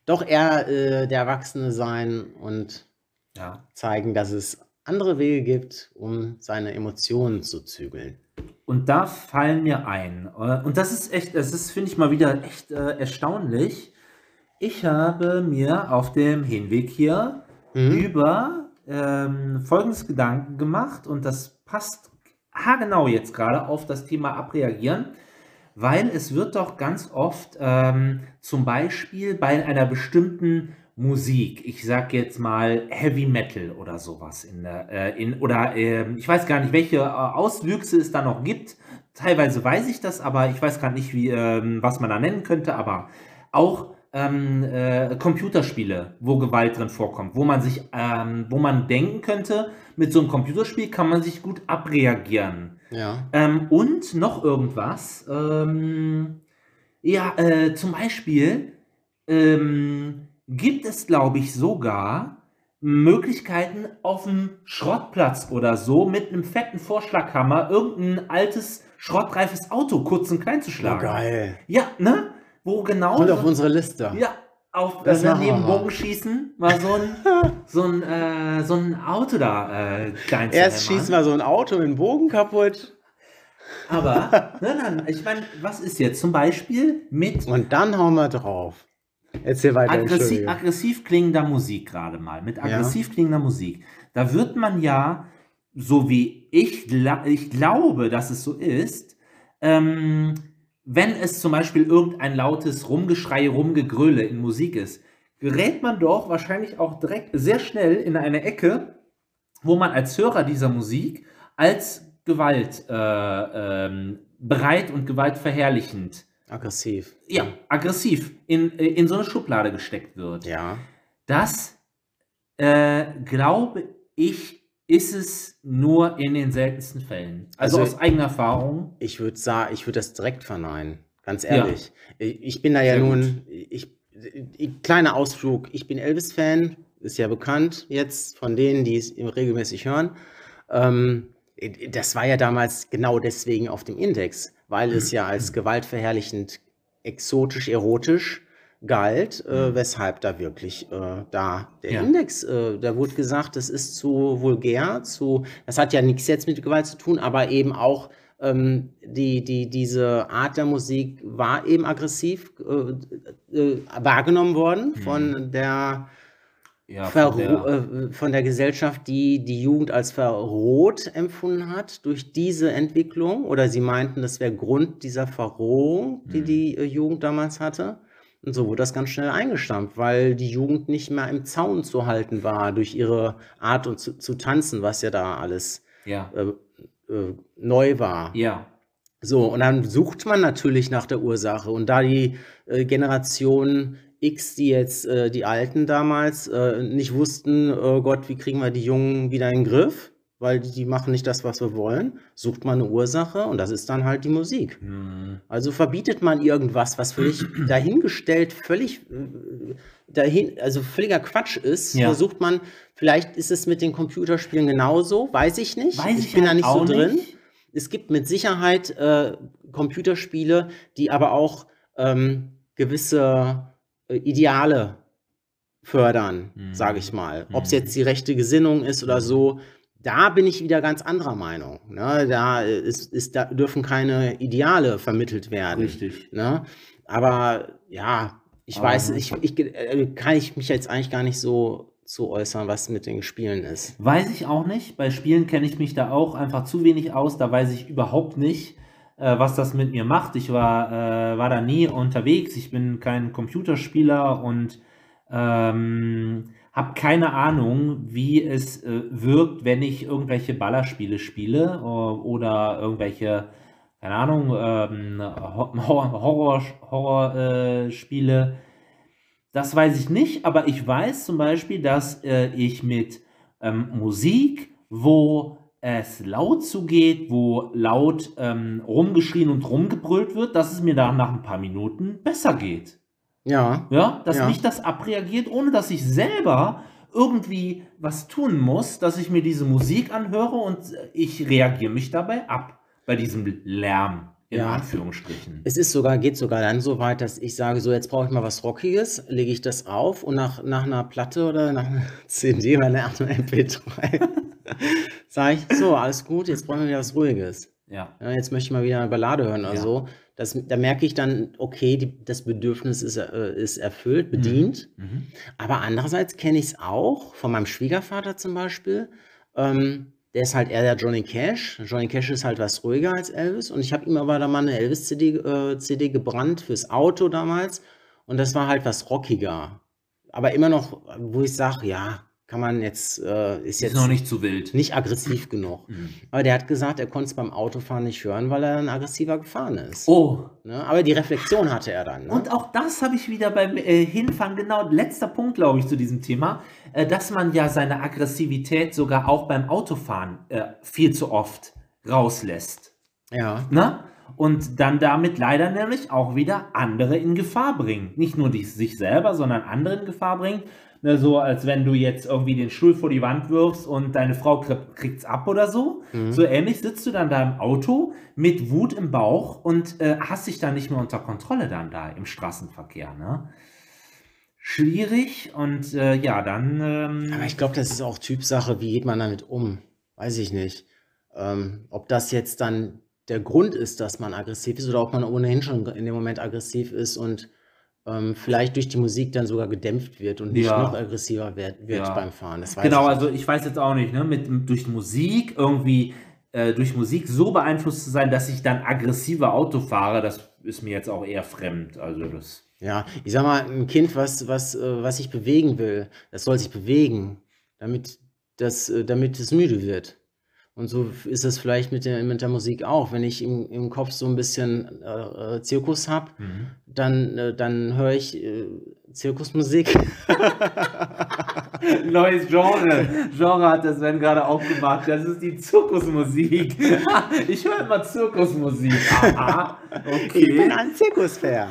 doch eher äh, der Erwachsene sein und ja. zeigen, dass es andere Wege gibt, um seine Emotionen zu zügeln. Und da fallen mir ein, äh, und das ist echt, das ist, finde ich mal wieder echt äh, erstaunlich. Ich habe mir auf dem Hinweg hier Mhm. Mhm. über ähm, folgendes Gedanken gemacht und das passt haargenau jetzt gerade auf das Thema Abreagieren, weil es wird doch ganz oft ähm, zum Beispiel bei einer bestimmten Musik, ich sag jetzt mal Heavy Metal oder sowas in der, äh, in, oder ähm, ich weiß gar nicht, welche äh, Auswüchse es da noch gibt. Teilweise weiß ich das, aber ich weiß gar nicht, wie, ähm, was man da nennen könnte, aber auch ähm, äh, Computerspiele, wo Gewalt drin vorkommt, wo man sich, ähm, wo man denken könnte, mit so einem Computerspiel kann man sich gut abreagieren. Ja. Ähm, und noch irgendwas. Ähm, ja, äh, zum Beispiel ähm, gibt es, glaube ich, sogar Möglichkeiten auf dem Schrottplatz oder so mit einem fetten Vorschlaghammer irgendein altes, schrottreifes Auto kurz und klein zu Oh, schlagen. geil. Ja, ne? Wo genau. Und so- auf unsere Liste. ja, auf Das äh, machen wir neben mal. Bogenschießen mal so ein, so ein, äh, so ein Auto da äh, klein zu Erst hämmern. schießen wir so ein Auto mit dem Bogen kaputt Aber, nein, nein, ich meine, was ist jetzt zum Beispiel mit und dann hauen wir drauf. Erzähl weiter. aggressiv, Entschuldige. aggressiv klingender Musik gerade mal, mit aggressiv klingender Musik, da wird man ja, so wie ich, gla- ich glaube, dass es so ist, ähm, wenn es zum Beispiel irgendein lautes Rumgeschrei, Rumgegröle in Musik ist, gerät man doch wahrscheinlich auch direkt sehr schnell in eine Ecke, wo man als Hörer dieser Musik als Gewalt äh, ähm, bereit und gewaltverherrlichend, Aggressiv. ja, aggressiv in, äh, in so eine Schublade gesteckt wird. Ja. Das äh, glaube ich, ist es nur in den seltensten Fällen. Also, Also- aus eigener Erfahrung. Ich würde sagen, ich würde das direkt verneinen. Ganz Ja. ehrlich. Ich, ich bin da ja Sehr nun, ich, ich, kleiner Ausflug. Ich bin Elvis-Fan, ist ja bekannt jetzt von denen, die es immer regelmäßig hören. Ähm, das war ja damals genau deswegen auf dem Index, weil es ja als gewaltverherrlichend, exotisch, erotisch galt, äh, weshalb da wirklich äh, da der Ja. Index, äh, da wurde gesagt, das ist zu vulgär, zu, das hat ja nichts jetzt mit Gewalt zu tun, aber eben auch ähm, die, die, diese Art der Musik war eben aggressiv äh, äh, wahrgenommen worden von der Ja, Verro von der- äh, von der Gesellschaft, die die Jugend als verroht empfunden hat durch diese Entwicklung oder sie meinten, das wäre Grund dieser Verrohung, die Mhm. die äh, Jugend damals hatte. Und so wurde das ganz schnell eingestampft, weil die Jugend nicht mehr im Zaun zu halten war durch ihre Art und zu, zu tanzen, was ja da alles ja, äh, äh, neu war. ja, So, und dann sucht man natürlich nach der Ursache. Und da die äh, Generation X, die jetzt oh äh, die Alten damals äh, nicht wussten, äh, Gott, wie kriegen wir die Jungen wieder in den Griff, weil die, die machen nicht das, was wir wollen, sucht man eine Ursache und das ist dann halt die Musik. Hm. Also verbietet man irgendwas, was völlig dahingestellt, völlig äh, dahin, also völliger Quatsch ist, Ja. versucht man, vielleicht ist es mit den Computerspielen genauso, weiß ich nicht. Weiß ich bin da halt nicht so auch drin. nicht. Es gibt mit Sicherheit äh, Computerspiele, die aber auch ähm, gewisse äh, Ideale fördern, Mhm. sage ich mal. Ob es Mhm. jetzt die rechte Gesinnung ist oder so, da bin ich wieder ganz anderer Meinung. Ne? Da, äh, ist, ist, da dürfen keine Ideale vermittelt werden. Richtig. Ne? Aber ja, ich Aber- weiß, ich, ich, äh, kann ich mich jetzt eigentlich gar nicht so zu äußern, was mit den Spielen ist. Weiß ich auch nicht. Bei Spielen kenne ich mich da auch einfach zu wenig aus. Da weiß ich überhaupt nicht, äh, was das mit mir macht. Ich war, äh, war da nie unterwegs. Ich bin kein Computerspieler und ähm, habe keine Ahnung, wie es äh, wirkt, wenn ich irgendwelche Ballerspiele spiele o- oder irgendwelche, keine Ahnung, ähm, Ho- Horror, Horror, äh, Spiele. Das weiß ich nicht, aber ich weiß zum Beispiel, dass äh, ich mit ähm, Musik, wo es laut zugeht, wo laut ähm, rumgeschrien und rumgebrüllt wird, dass es mir dann nach ein paar Minuten besser geht. Ja, Ja, dass Ja. mich das abreagiert, ohne dass ich selber irgendwie was tun muss, dass ich mir diese Musik anhöre und äh, ich reagiere mich dabei ab bei diesem Lärm in Ja. Anführungsstrichen. es ist sogar, geht sogar dann so weit, dass ich sage, so jetzt brauche ich mal was Rockiges, lege ich das auf und nach, nach einer Platte oder nach einer CD oder nach einer MP3 sage ich, so, alles gut, jetzt brauchen wir wieder was Ruhiges. Ja, ja, jetzt möchte ich mal wieder eine Ballade hören oder Ja. so. Das, da merke ich dann, okay, die, das Bedürfnis ist, äh, ist erfüllt, bedient. mhm. Aber andererseits kenne ich es auch von meinem Schwiegervater zum Beispiel. Ähm, der ist halt eher der Johnny Cash. Johnny Cash ist halt was ruhiger als Elvis. Und ich habe ihm aber da mal eine Elvis-CD äh, CD gebrannt fürs Auto damals. Und das war halt was rockiger. Aber immer noch, wo ich sage, ja, kann man jetzt, äh, ist ist jetzt noch nicht zu wild. nicht aggressiv genug. Mhm. Aber der hat gesagt, er konnte es beim Autofahren nicht hören, weil er dann aggressiver gefahren ist. Oh, Ne? Aber die Reflexion hatte er dann. Ne? Und auch das habe ich wieder beim äh, Hinfahren, genau, letzter Punkt, glaube ich, zu diesem Thema, äh, dass man ja seine Aggressivität sogar auch beim Autofahren äh, viel zu oft rauslässt. ja, Ne? Und dann damit leider nämlich auch wieder andere in Gefahr bringt. Nicht nur dich, sich selber, sondern andere in Gefahr bringt. Ne, so als wenn du jetzt irgendwie den Stuhl vor die Wand wirfst und deine Frau krieg, kriegt's ab oder so. So ähnlich sitzt du dann da im Auto mit Wut im Bauch und äh, hast dich dann nicht mehr unter Kontrolle dann da im Straßenverkehr. Ne? Schwierig und äh, ja, dann. Ähm, aber ich glaube, das ist auch Typsache, wie geht man damit um? Weiß ich nicht. Ähm, ob das jetzt dann der Grund ist, dass man aggressiv ist oder ob man ohnehin schon in dem Moment aggressiv ist und ähm, vielleicht durch die Musik dann sogar gedämpft wird und nicht Ja. noch aggressiver wird, wird Ja. beim Fahren. Das weiß Genau, ich. also ich weiß jetzt auch nicht, ne, mit durch Musik irgendwie äh, durch Musik so beeinflusst zu sein, dass ich dann aggressiver Auto fahre, das ist mir jetzt auch eher fremd. Also das. Ja, ich sag mal, ein Kind, was, was, äh, was sich bewegen will, das soll sich bewegen, damit, das, äh, damit es müde wird. Und so f- ist das vielleicht mit der, mit der Musik auch. Wenn ich im, im Kopf so ein bisschen äh, äh, Zirkus habe, Mhm. dann, äh, dann höre ich äh, Zirkusmusik. Neues Genre. Genre hat der Sven gerade aufgemacht. Das ist die Zirkusmusik. ich höre immer Zirkusmusik. Aha. Ich bin Okay. ein Zirkuspferd.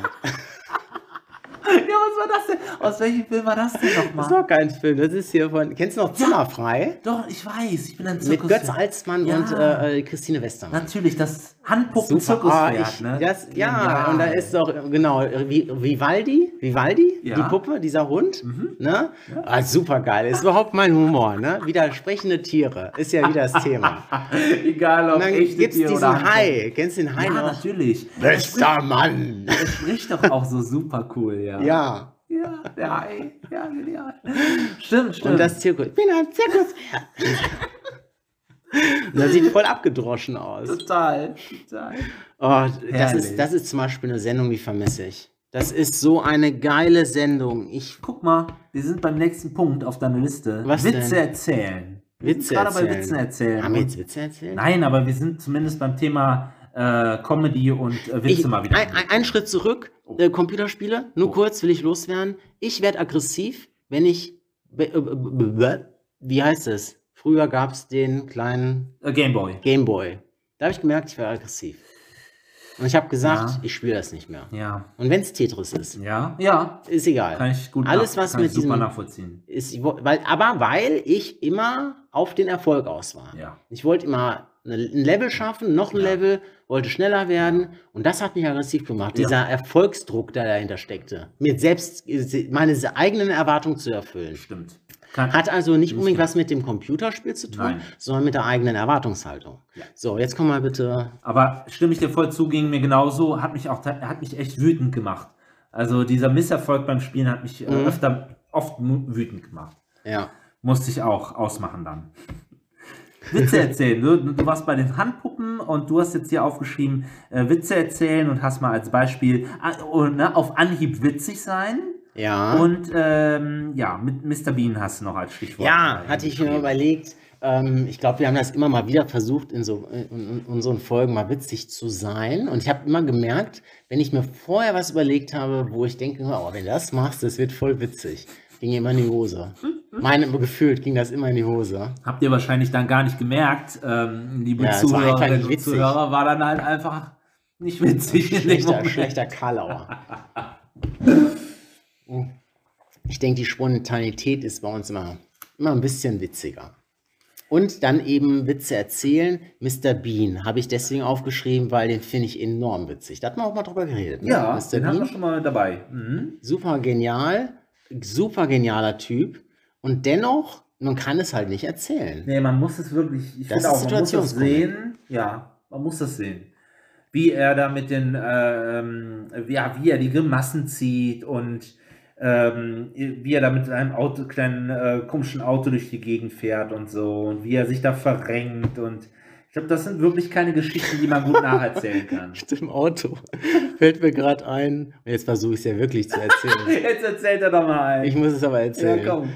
Ja, was war das denn? Aus welchem Film war das denn Das ist nochmal? doch kein Film. Das ist hier von. Kennst du noch Zimmerfrei? Doch, ich weiß, ich bin ein Mit Zirkus. Götz Alsmann Ja. und äh, äh, Christine Westermann. Natürlich, das Ah, Handpuppen-Zirkuspferd, ich- ne? Das, ja, Genial. und da ist doch, genau, Vi- Vivaldi, Vivaldi, Ja. Mhm. die Puppe, dieser Hund, ne? Ah, super geil, ist überhaupt mein Humor, ne? Widersprechende Tiere, ist ja wieder das Thema. Egal, ob Und dann echte gibt's Tiere diesen oder Hai, kennst du den Hai Ja, noch? natürlich. Bester Mann! Er spricht doch auch so super cool, ja. Ja, Ja, der Hai. Ja, genial. Stimmt, stimmt. und das Zirkus, ich bin ein Zirkuspferd. Das sieht voll abgedroschen aus. total, total. Oh, das, Herrlich. ist, das ist zum Beispiel eine Sendung, die vermisse ich. Das ist so eine geile Sendung. Ich Guck mal, wir sind beim nächsten Punkt auf deiner Liste. Was Witze denn? erzählen. Wir sind Witze gerade bei erzählen. Witzen erzählen. Haben wir jetzt Witze erzählt? Nein, aber wir sind zumindest beim Thema äh, Comedy und äh, Witze ich, mal wieder. Oh. ein, ein, einen Schritt zurück, äh, Computerspiele, nur kurz will ich loswerden. Ich werde aggressiv, wenn ich, be- äh, be- be- be- wie heißt es? Früher gab es den kleinen Äh, Gameboy. Gameboy. Da habe ich gemerkt, ich werde aggressiv. Und ich habe gesagt, Ja. ich spiele das nicht mehr. Ja. Und wenn es Tetris ist, Ja. Ja. ist egal. Kann ich gut Alles, nach- was kann mit ich super diesem- nachvollziehen. Ist, ich wo- weil, aber weil ich immer auf den Erfolg aus war. Ja. Ich wollte immer eine- ein Level schaffen, noch ein Ja. Level, wollte schneller werden und das hat mich aggressiv gemacht. Ja. Dieser Erfolgsdruck, der dahinter steckte, mir selbst meine eigenen Erwartungen zu erfüllen. Stimmt. Kann, Hat also nicht Nicht unbedingt mehr. was mit dem Computerspiel zu tun, Nein. sondern mit der eigenen Erwartungshaltung. Ja. So, jetzt komm mal bitte. Aber stimme ich dir voll zu, ging mir genauso, hat mich auch hat mich echt wütend gemacht. Also dieser Misserfolg beim Spielen hat mich äh, Mhm. öfter oft mu- wütend gemacht. Ja. Musste ich auch ausmachen dann. Witze erzählen. Du, du warst bei den Handpuppen und du hast jetzt hier aufgeschrieben, äh, Witze erzählen und hast mal als Beispiel ah, und, ne, auf Anhieb witzig sein. Ja. Und ähm, ja, mit Mr. Bean hast du noch als Stichwort. Ja, äh, hatte ich mir geschrieben. überlegt. Ähm, ich glaube, wir haben das immer mal wieder versucht, in, so, in, in unseren Folgen mal witzig zu sein. Und ich habe immer gemerkt, wenn ich mir vorher was überlegt habe, wo ich denke, oh, wenn du das machst, das wird voll witzig, ging immer in die Hose. Meine, gefühlt ging das immer in die Hose. Habt ihr wahrscheinlich dann gar nicht gemerkt, ähm, liebe Ja, es war einfach Zuhörerinnen nicht und witzig. Zuhörer, war dann halt einfach nicht witzig in dem Schlechter, Moment. schlechter Karlauer. Ich denke, die Spontanität ist bei uns immer, immer ein bisschen witziger. Und dann eben Witze erzählen. Mr. Bean habe ich deswegen aufgeschrieben, weil den finde ich enorm witzig. Da hatten wir auch mal drüber geredet. ne? Ja, Mr. den hatten wir Bean, schon mal dabei. Mhm. super genial, super genialer Typ. Und dennoch, man kann es halt nicht erzählen. Nee, man muss es wirklich, ich Das finde auch, ist man muss das Situationskomik. sehen. Ja, man muss das sehen. Wie er da mit den, ähm, ja, wie er die Grimassen zieht und ähm, wie er da mit einem Auto, kleinen äh, komischen Auto durch die Gegend fährt und so und wie er sich da verrenkt und ich glaube, das sind wirklich keine Geschichten, die man gut nacherzählen kann. Im Auto fällt mir gerade ein. Und jetzt versuche ich es ja wirklich zu erzählen. Jetzt erzählt er doch mal ein. Ich muss es aber erzählen. Ja, komm.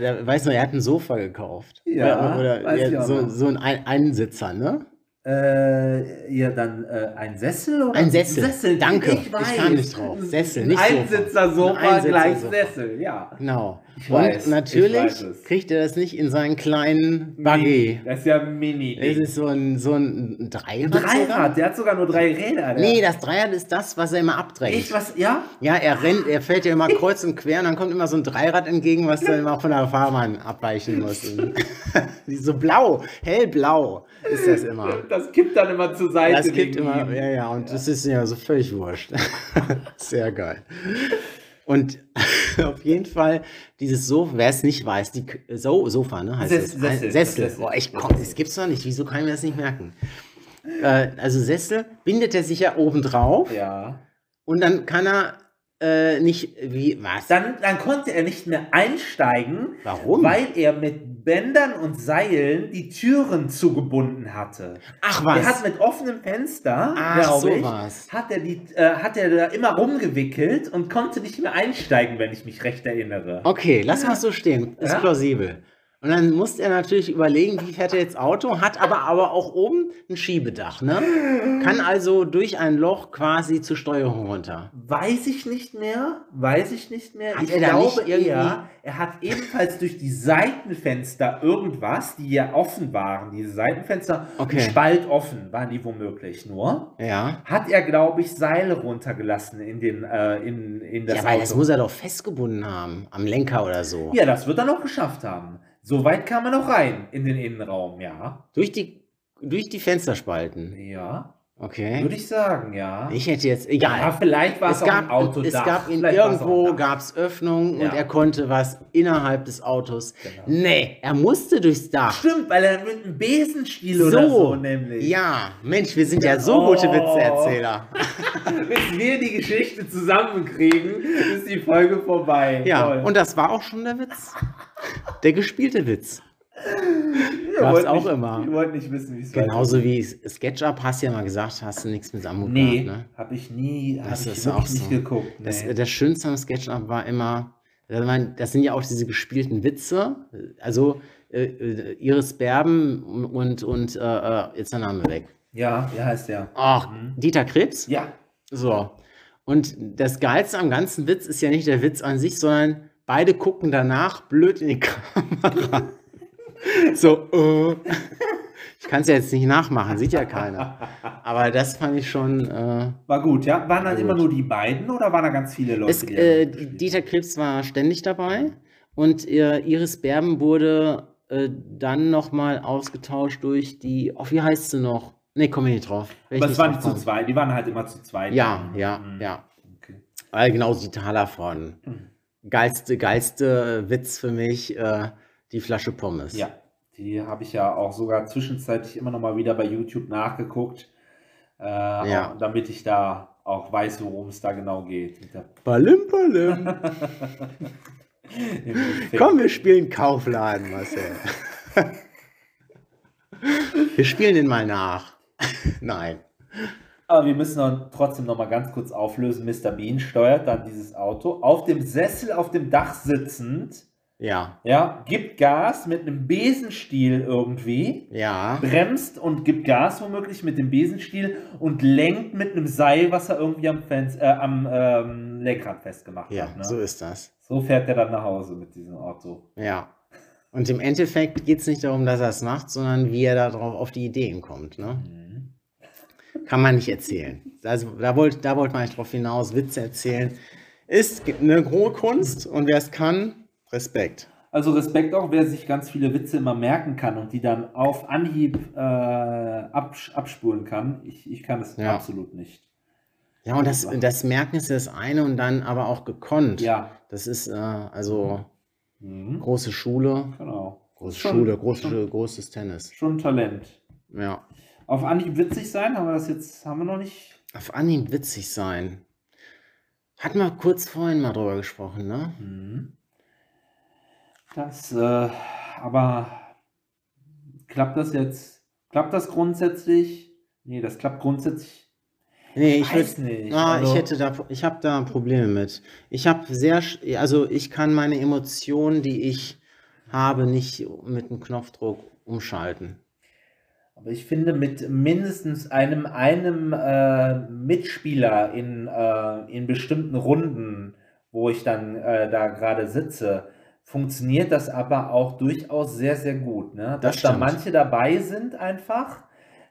Der, weiß noch, er hat ein Sofa gekauft. Ja, Oder, oder weiß ich ja, auch so, noch. so ein ein Einsitzer, ne? äh, ja, dann äh, ein Sessel oder? Ein Sessel. Danke. Ich, weiß. Ich kam nicht drauf. Sessel, nicht ein Sofa. Einsitzer Sofa, Ein Einsitzer gleich Sofa. Sessel, ja. Genau. Ich Und weiß, ich natürlich weiß es. kriegt er das nicht in seinen kleinen Buggy. Das ist ja ein Mini. Es ist so ein, so ein Dreirad. sogar? Dreirad, der hat sogar nur drei Räder. Der. Nee, das Dreirad ist das, was er immer abdrängt. ich was, ja? ja, er rennt, er fällt ja immer kreuz und quer und dann kommt immer so ein Dreirad entgegen, was dann immer von der Fahrbahn abweichen muss. Die ist so blau, hellblau ist das immer. Das kippt dann immer zur Seite. Das kippt wegen immer, ihm. ja, ja, und das ist ja so völlig wurscht. Sehr geil. Und auf jeden Fall, dieses Sofa, wer es nicht weiß, die K- so Sofa, ne? Heißt Ses- es. Sessel. Ein- Sessel. Sessel. Boah, ich komm, das gibt's doch nicht. Wieso kann ich mir das nicht merken? Äh, also Sessel bindet er sich ja oben drauf Ja. und dann kann er äh, nicht, wie, was? Dann, dann konnte er nicht mehr einsteigen, Warum? weil er mit Bändern und Seilen die Türen zugebunden hatte. Ach Er hat was, mit offenem Fenster, Ach, glaube ich, sowas. hat er, die, äh, hat er da immer rumgewickelt und konnte nicht mehr einsteigen, wenn ich mich recht erinnere. okay, lass mal so stehen, ist Ja? plausibel. Und dann muss er natürlich überlegen, wie fährt er jetzt Auto, hat aber, aber auch oben ein Schiebedach, ne? Kann also durch ein Loch quasi zur Steuerung runter. Weiß ich nicht mehr, weiß ich nicht mehr. Hat ich er da glaube nicht irgendwie- eher, er hat ebenfalls durch die Seitenfenster irgendwas, die ja offen waren, diese Seitenfenster, Okay. ein Spalt offen waren die womöglich nur, Ja. hat er, glaube ich, Seile runtergelassen in, den, äh, in, in das ja, weil Auto. das muss er doch festgebunden haben, am Lenker oder so. ja, das wird er noch geschafft haben. So weit kam er noch rein in den Innenraum, ja. Durch die, durch die Fensterspalten. Ja, Okay. würde ich sagen, ja. Ich hätte jetzt, Ja, egal. vielleicht war es, Es auch gab, ein Auto es gab in irgendwo gab es Öffnungen Ja. und er konnte was innerhalb des Autos. Genau. Nee, er musste durchs Dach. Stimmt, weil er mit einem Besenstiel oder so nämlich. Ja, Mensch, wir sind ja so gute Oh. Witzeerzähler. Bis wir die Geschichte zusammenkriegen, ist die Folge vorbei. Ja, Toll. und das war auch schon der Witz. Der gespielte Witz. ihr gab's wollt auch nicht, immer. Genau Ihr wollt nicht wissen, wie es Genauso wie SketchUp hast du ja mal gesagt, hast du nichts mit Samu Nee, gehabt, ne? habe ich nie, habe Das ich ist wirklich auch so. nicht geguckt. Nee. Das, das Schönste am SketchUp war immer, ich meine, das sind ja auch diese gespielten Witze. Also äh, äh, Iris Berben und, und äh, äh, jetzt der Name weg. ja, wie heißt der? Ach, Mhm. Dieter Krebs? Ja, So. Und das Geilste am ganzen Witz ist ja nicht der Witz an sich, sondern beide gucken danach blöd in die Kamera. So, äh. ich kann es ja jetzt nicht nachmachen, sieht ja keiner. Aber das fand ich schon. Äh, War gut, ja? Waren dann immer nur die beiden oder waren da ganz viele Leute? es, die da äh, mitgespielt Dieter Krebs war ständig dabei und äh, Iris Berben wurde äh, dann nochmal ausgetauscht durch die. Oh, wie heißt sie noch? Nee, komm ich nicht drauf. Will ich haben? Aber nicht es waren drauf nicht zu kommen. zweit, die waren halt immer zu zweit. Ja, ja, Mhm. ja. Okay. Äh, genau, die Taler von. Mhm. Geilste, geilste Witz für mich, äh, die Flasche Pommes. Ja, die habe ich ja auch sogar zwischenzeitlich immer noch mal wieder bei YouTube nachgeguckt, äh, Ja. auch, damit ich da auch weiß, worum es da genau geht. Mit der- Balim, balim. im Endeffekt. Komm, wir spielen Kaufladen, Marcel. wir spielen den mal nach. Nein. Aber wir müssen dann trotzdem noch mal ganz kurz auflösen. Mr. Bean steuert dann dieses Auto auf dem Sessel auf dem Dach sitzend, Ja, ja, gibt Gas mit einem Besenstiel irgendwie. ja. Bremst und gibt Gas womöglich mit dem Besenstiel und lenkt mit einem Seil, was er irgendwie am, Fenz äh, am ähm, Lenkrad festgemacht Ja, hat. Ne? so ist das. So fährt er dann nach Hause mit diesem Auto. Ja. Und im Endeffekt geht es nicht darum, dass er es macht, sondern wie er darauf auf die Ideen kommt. Ne? Mhm. Kann man nicht erzählen. Also, da wollte da wollt man nicht drauf hinaus. Witze erzählen ist eine große Kunst und wer es kann, Respekt. Also Respekt auch, wer sich ganz viele Witze immer merken kann und die dann auf Anhieb äh, absch- abspulen kann. Ich, ich kann es Ja. absolut nicht. Ja, und das, das Merken ist das eine und dann aber auch gekonnt. Ja. Das ist äh, also Mhm. große Schule, Genau. große Schon- Schule, große, schon- Schule, großes Tennis. Schon Talent. Ja. Auf Anhieb witzig sein, haben wir das jetzt, haben wir noch nicht? Auf Anhieb witzig sein. Hatten wir kurz vorhin mal drüber gesprochen, ne? Mhm. Das, äh, aber klappt das jetzt? Klappt das grundsätzlich? Nee, das klappt grundsätzlich. Nee, ich, weiß würd- nicht, Ah, also- ich hätte da, ich habe da Probleme mit. Ich habe sehr, sch- also ich kann meine Emotionen, die ich habe, nicht mit einem Knopfdruck umschalten. Aber ich finde, mit mindestens einem, einem äh, Mitspieler in, äh, in bestimmten Runden, wo ich dann äh, da gerade sitze, funktioniert das aber auch durchaus sehr, sehr gut. Ne? Das Dass da stimmt. manche dabei sind einfach,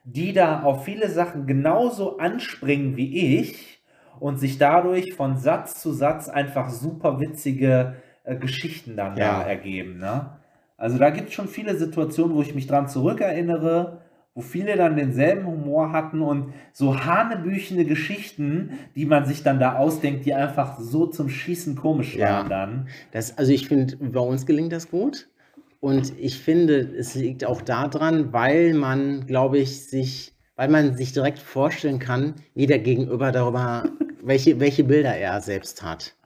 die da auf viele Sachen genauso anspringen wie ich und sich dadurch von Satz zu Satz einfach super witzige äh, Geschichten dann Ja. da ergeben. Ne? Also da gibt es schon viele Situationen, wo ich mich dran zurückerinnere, wo viele dann denselben Humor hatten und so hanebüchende Geschichten, die man sich dann da ausdenkt, die einfach so zum Schießen komisch Ja. waren dann. Das, also ich finde, bei uns gelingt das gut. Und ich finde, es liegt auch daran, weil man, glaube ich, sich, weil man sich direkt vorstellen kann, wie der Gegenüber darüber, welche, welche Bilder er selbst hat.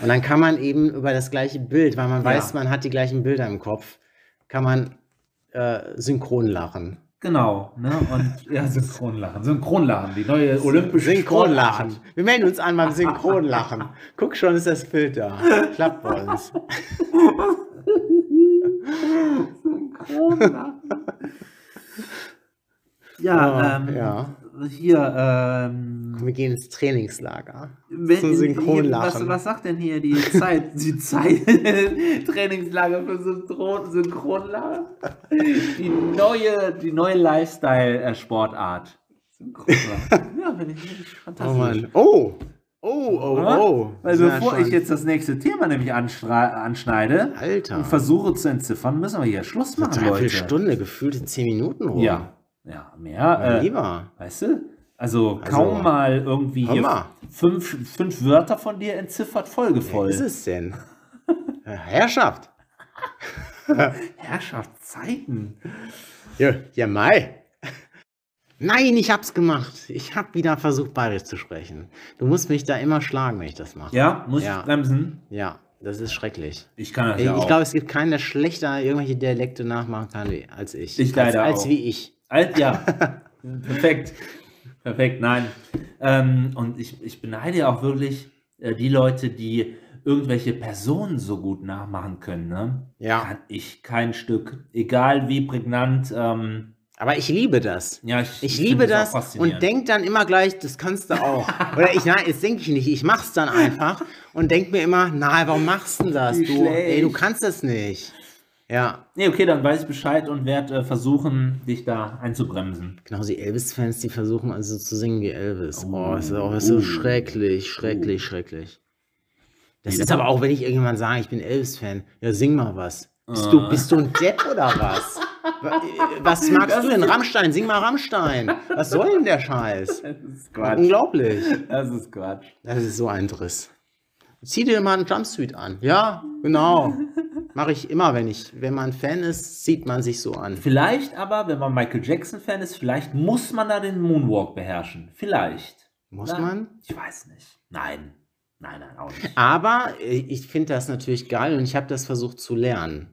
Und dann kann man eben über das gleiche Bild, weil man Ja. weiß, man hat die gleichen Bilder im Kopf, kann man äh, synchron lachen. Genau, ne? Und ja, Synchronlachen. Synchronlachen, die neue olympische Synchronlachen. Sportart. Wir melden uns an beim Synchronlachen. Guck schon, ist das Bild da. Klappt bei uns. Ja, ähm, Oh, ja. hier, ähm, Wir gehen ins Trainingslager. wenn, Zum Synchronlachen. Was, was sagt denn hier die Zeit? Die Zeit Trainingslager für Synchron, Synchronlachen? Die neue, die neue Lifestyle-Sportart. Synchronlachen. Ja, finde ich, find ich Oh fantastisch. Mann. Oh! Oh, oh, oh. Weil Sind wir bevor schon- ich jetzt das nächste Thema nämlich anstra- anschneide Alter. und versuche zu entziffern, müssen wir hier Schluss machen, Leute. Dreiviertel Stunde, gefühlte zehn Minuten rum. Ja, ja, mehr. Mein Äh, Lieber. weißt du? Also kaum mal irgendwie hör mal. hier fünf, fünf Wörter von dir entziffert, Wer folgevoll. ist es denn? Äh, Herrschaft. Herrschaftszeiten. Ja, ja, Mai. Nein, ich hab's gemacht. Ich hab wieder versucht, Bayerisch zu sprechen. Du musst mich da immer schlagen, wenn ich das mache. Ja, muss Ja. ich bremsen? Ja, das ist schrecklich. Ich kann das Ich, ja ich auch. glaube, es gibt keinen, der schlechter irgendwelche Dialekte nachmachen kann wie- als ich. Ich leider als, als auch. wie ich. Alt, ja. Perfekt. Perfekt, nein. Ähm, und ich, ich beneide ja auch wirklich äh, die Leute, die irgendwelche Personen so gut nachmachen können. Ne? Ja. Kann ich kein Stück. Egal wie prägnant. Ähm, Aber ich liebe das. ja, ich, Ich find liebe auch das faszinierend. und denk dann immer gleich, das kannst du auch. Oder ich, nein, jetzt denke ich nicht, ich mach's dann einfach und denk mir immer, na, warum machst du denn das? Wie Du, ey, du schlecht. kannst das nicht. Ja, Nee, okay, dann weiß ich Bescheid und werde äh, versuchen, dich da einzubremsen. genau, die Elvis-Fans, die versuchen also zu singen wie Elvis. Oh, ist, oh, ist so schrecklich, schrecklich, schrecklich. Das ist aber auch, wenn ich irgendwann sage, ich bin Elvis-Fan, ja, sing mal was. Bist du, bist du ein Depp oder was? Wa- äh, Was magst du denn? Rammstein, sing mal Rammstein. Was soll denn der Scheiß? Das ist Unglaublich. Das ist Quatsch. Das ist so ein Driss. Zieh dir mal einen Jumpsuit an. Ja, genau. Mache ich immer, wenn ich, wenn man Fan ist, zieht man sich so an. Vielleicht aber, wenn man Michael Jackson-Fan ist, vielleicht muss man da den Moonwalk beherrschen. Vielleicht. Muss Nein, man? Ich weiß nicht. Nein. Nein, nein, auch nicht. Aber äh, ich finde das natürlich geil und ich habe das versucht zu lernen.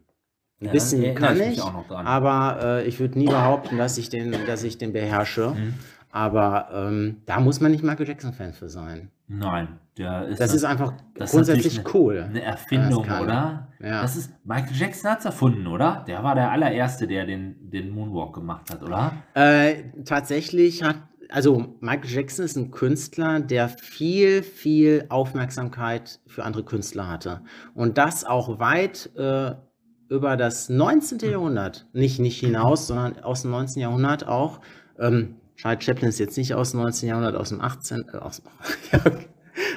Ein Ja, bisschen erinnere kann mich ich, auch noch dran. aber äh, ich würde nie behaupten, dass ich den, dass ich den beherrsche. Hm? Aber ähm, da muss man nicht Michael Jackson-Fan für sein. Nein, der ist. Das ist einfach das ist grundsätzlich natürlich cool. Eine Ne, Erfindung, Das kann- oder? Ja. Das ist, Michael Jackson hat es erfunden, oder? Der war der allererste, der den, den Moonwalk gemacht hat, oder? Äh, tatsächlich hat, also Michael Jackson ist ein Künstler, der viel, viel Aufmerksamkeit für andere Künstler hatte. Und das auch weit äh, über das 19. Jahrhundert. Nicht, nicht hinaus, sondern aus dem 19. Jahrhundert auch. Ähm, Charles Chaplin ist jetzt nicht aus dem 19. Jahrhundert, aus dem 18. Äh, aus, ja,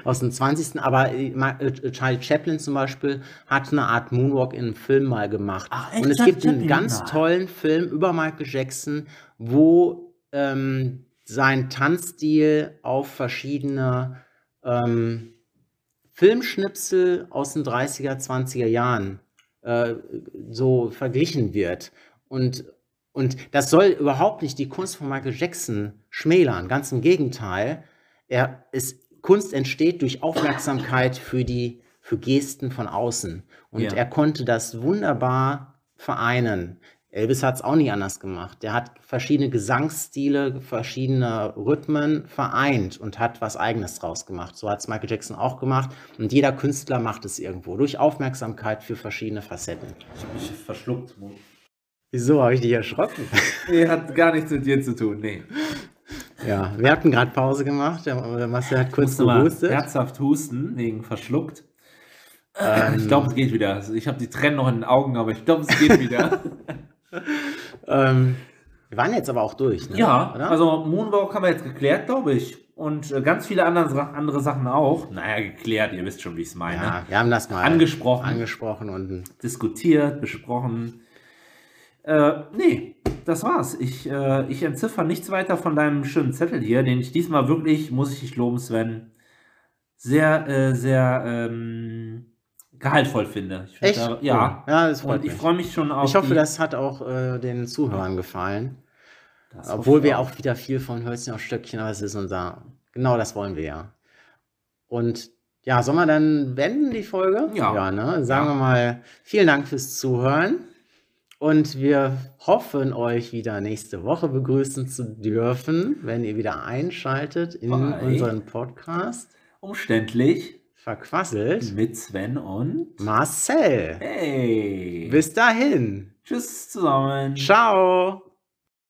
aus dem 20. Aber äh, Ma- äh, Charles Chaplin zum Beispiel hat eine Art Moonwalk in einem Film mal gemacht. Ach, echt? Und es Charles gibt einen Chaplin? ganz Nein. tollen Film über Michael Jackson, wo ähm, sein Tanzstil auf verschiedene ähm, Filmschnipsel aus den 30er, 20er Jahren äh, so verglichen wird. Und, und das soll überhaupt nicht die Kunst von Michael Jackson schmälern. Ganz im Gegenteil. Er ist, Kunst entsteht durch Aufmerksamkeit für die für Gesten von außen. Und Ja. er konnte das wunderbar vereinen. Elvis hat es auch nie anders gemacht. Der hat verschiedene Gesangsstile, verschiedene Rhythmen vereint und hat was Eigenes draus gemacht. So hat es Michael Jackson auch gemacht. Und jeder Künstler macht es irgendwo durch Aufmerksamkeit für verschiedene Facetten. Ich hab mich verschluckt. Mo. Wieso habe ich dich erschrocken? Nee, hat gar nichts mit dir zu tun, nee. ja, wir hatten gerade Pause gemacht. Der der Marcel hat kurz Musste mal gehustet. herzhaft husten, wegen verschluckt. Ich glaube, es geht wieder. Also Ich habe die Tränen noch in den Augen, aber ich glaube, es geht wieder. Ähm, wir waren jetzt aber auch durch, ne? ja, Oder? also Moonwalk haben wir jetzt geklärt, glaube ich. Und äh, ganz viele andere, Sa- andere Sachen auch. Naja, geklärt, ihr wisst schon, wie ich es meine. ja, wir haben das mal Angesprochen, angesprochen und diskutiert, besprochen. Äh, nee, das war's. Ich, äh, ich entziffer nichts weiter von deinem schönen Zettel hier, den ich diesmal wirklich, muss ich dich loben, Sven, sehr, äh, sehr ähm, gehaltvoll finde. Ich find echt? Da, cool. ja. ja, das freut Und ich mich. freue mich schon auf. Ich hoffe, die- das hat auch äh, den Zuhörern gefallen. Das hoffe Obwohl ich wir auch wieder viel von Hölzchen auf Stöckchen, aber es ist unser. Genau das wollen wir ja. Und ja, sollen wir dann wenden die Folge? Ja. ne? Sagen Ja. wir mal vielen Dank fürs Zuhören. Und wir hoffen, euch wieder nächste Woche begrüßen zu dürfen, wenn ihr wieder einschaltet in Bei- unseren Podcast. Umständlich Verquasselt. mit Sven und. Marcel. Hey! Bis dahin. Tschüss zusammen. Ciao.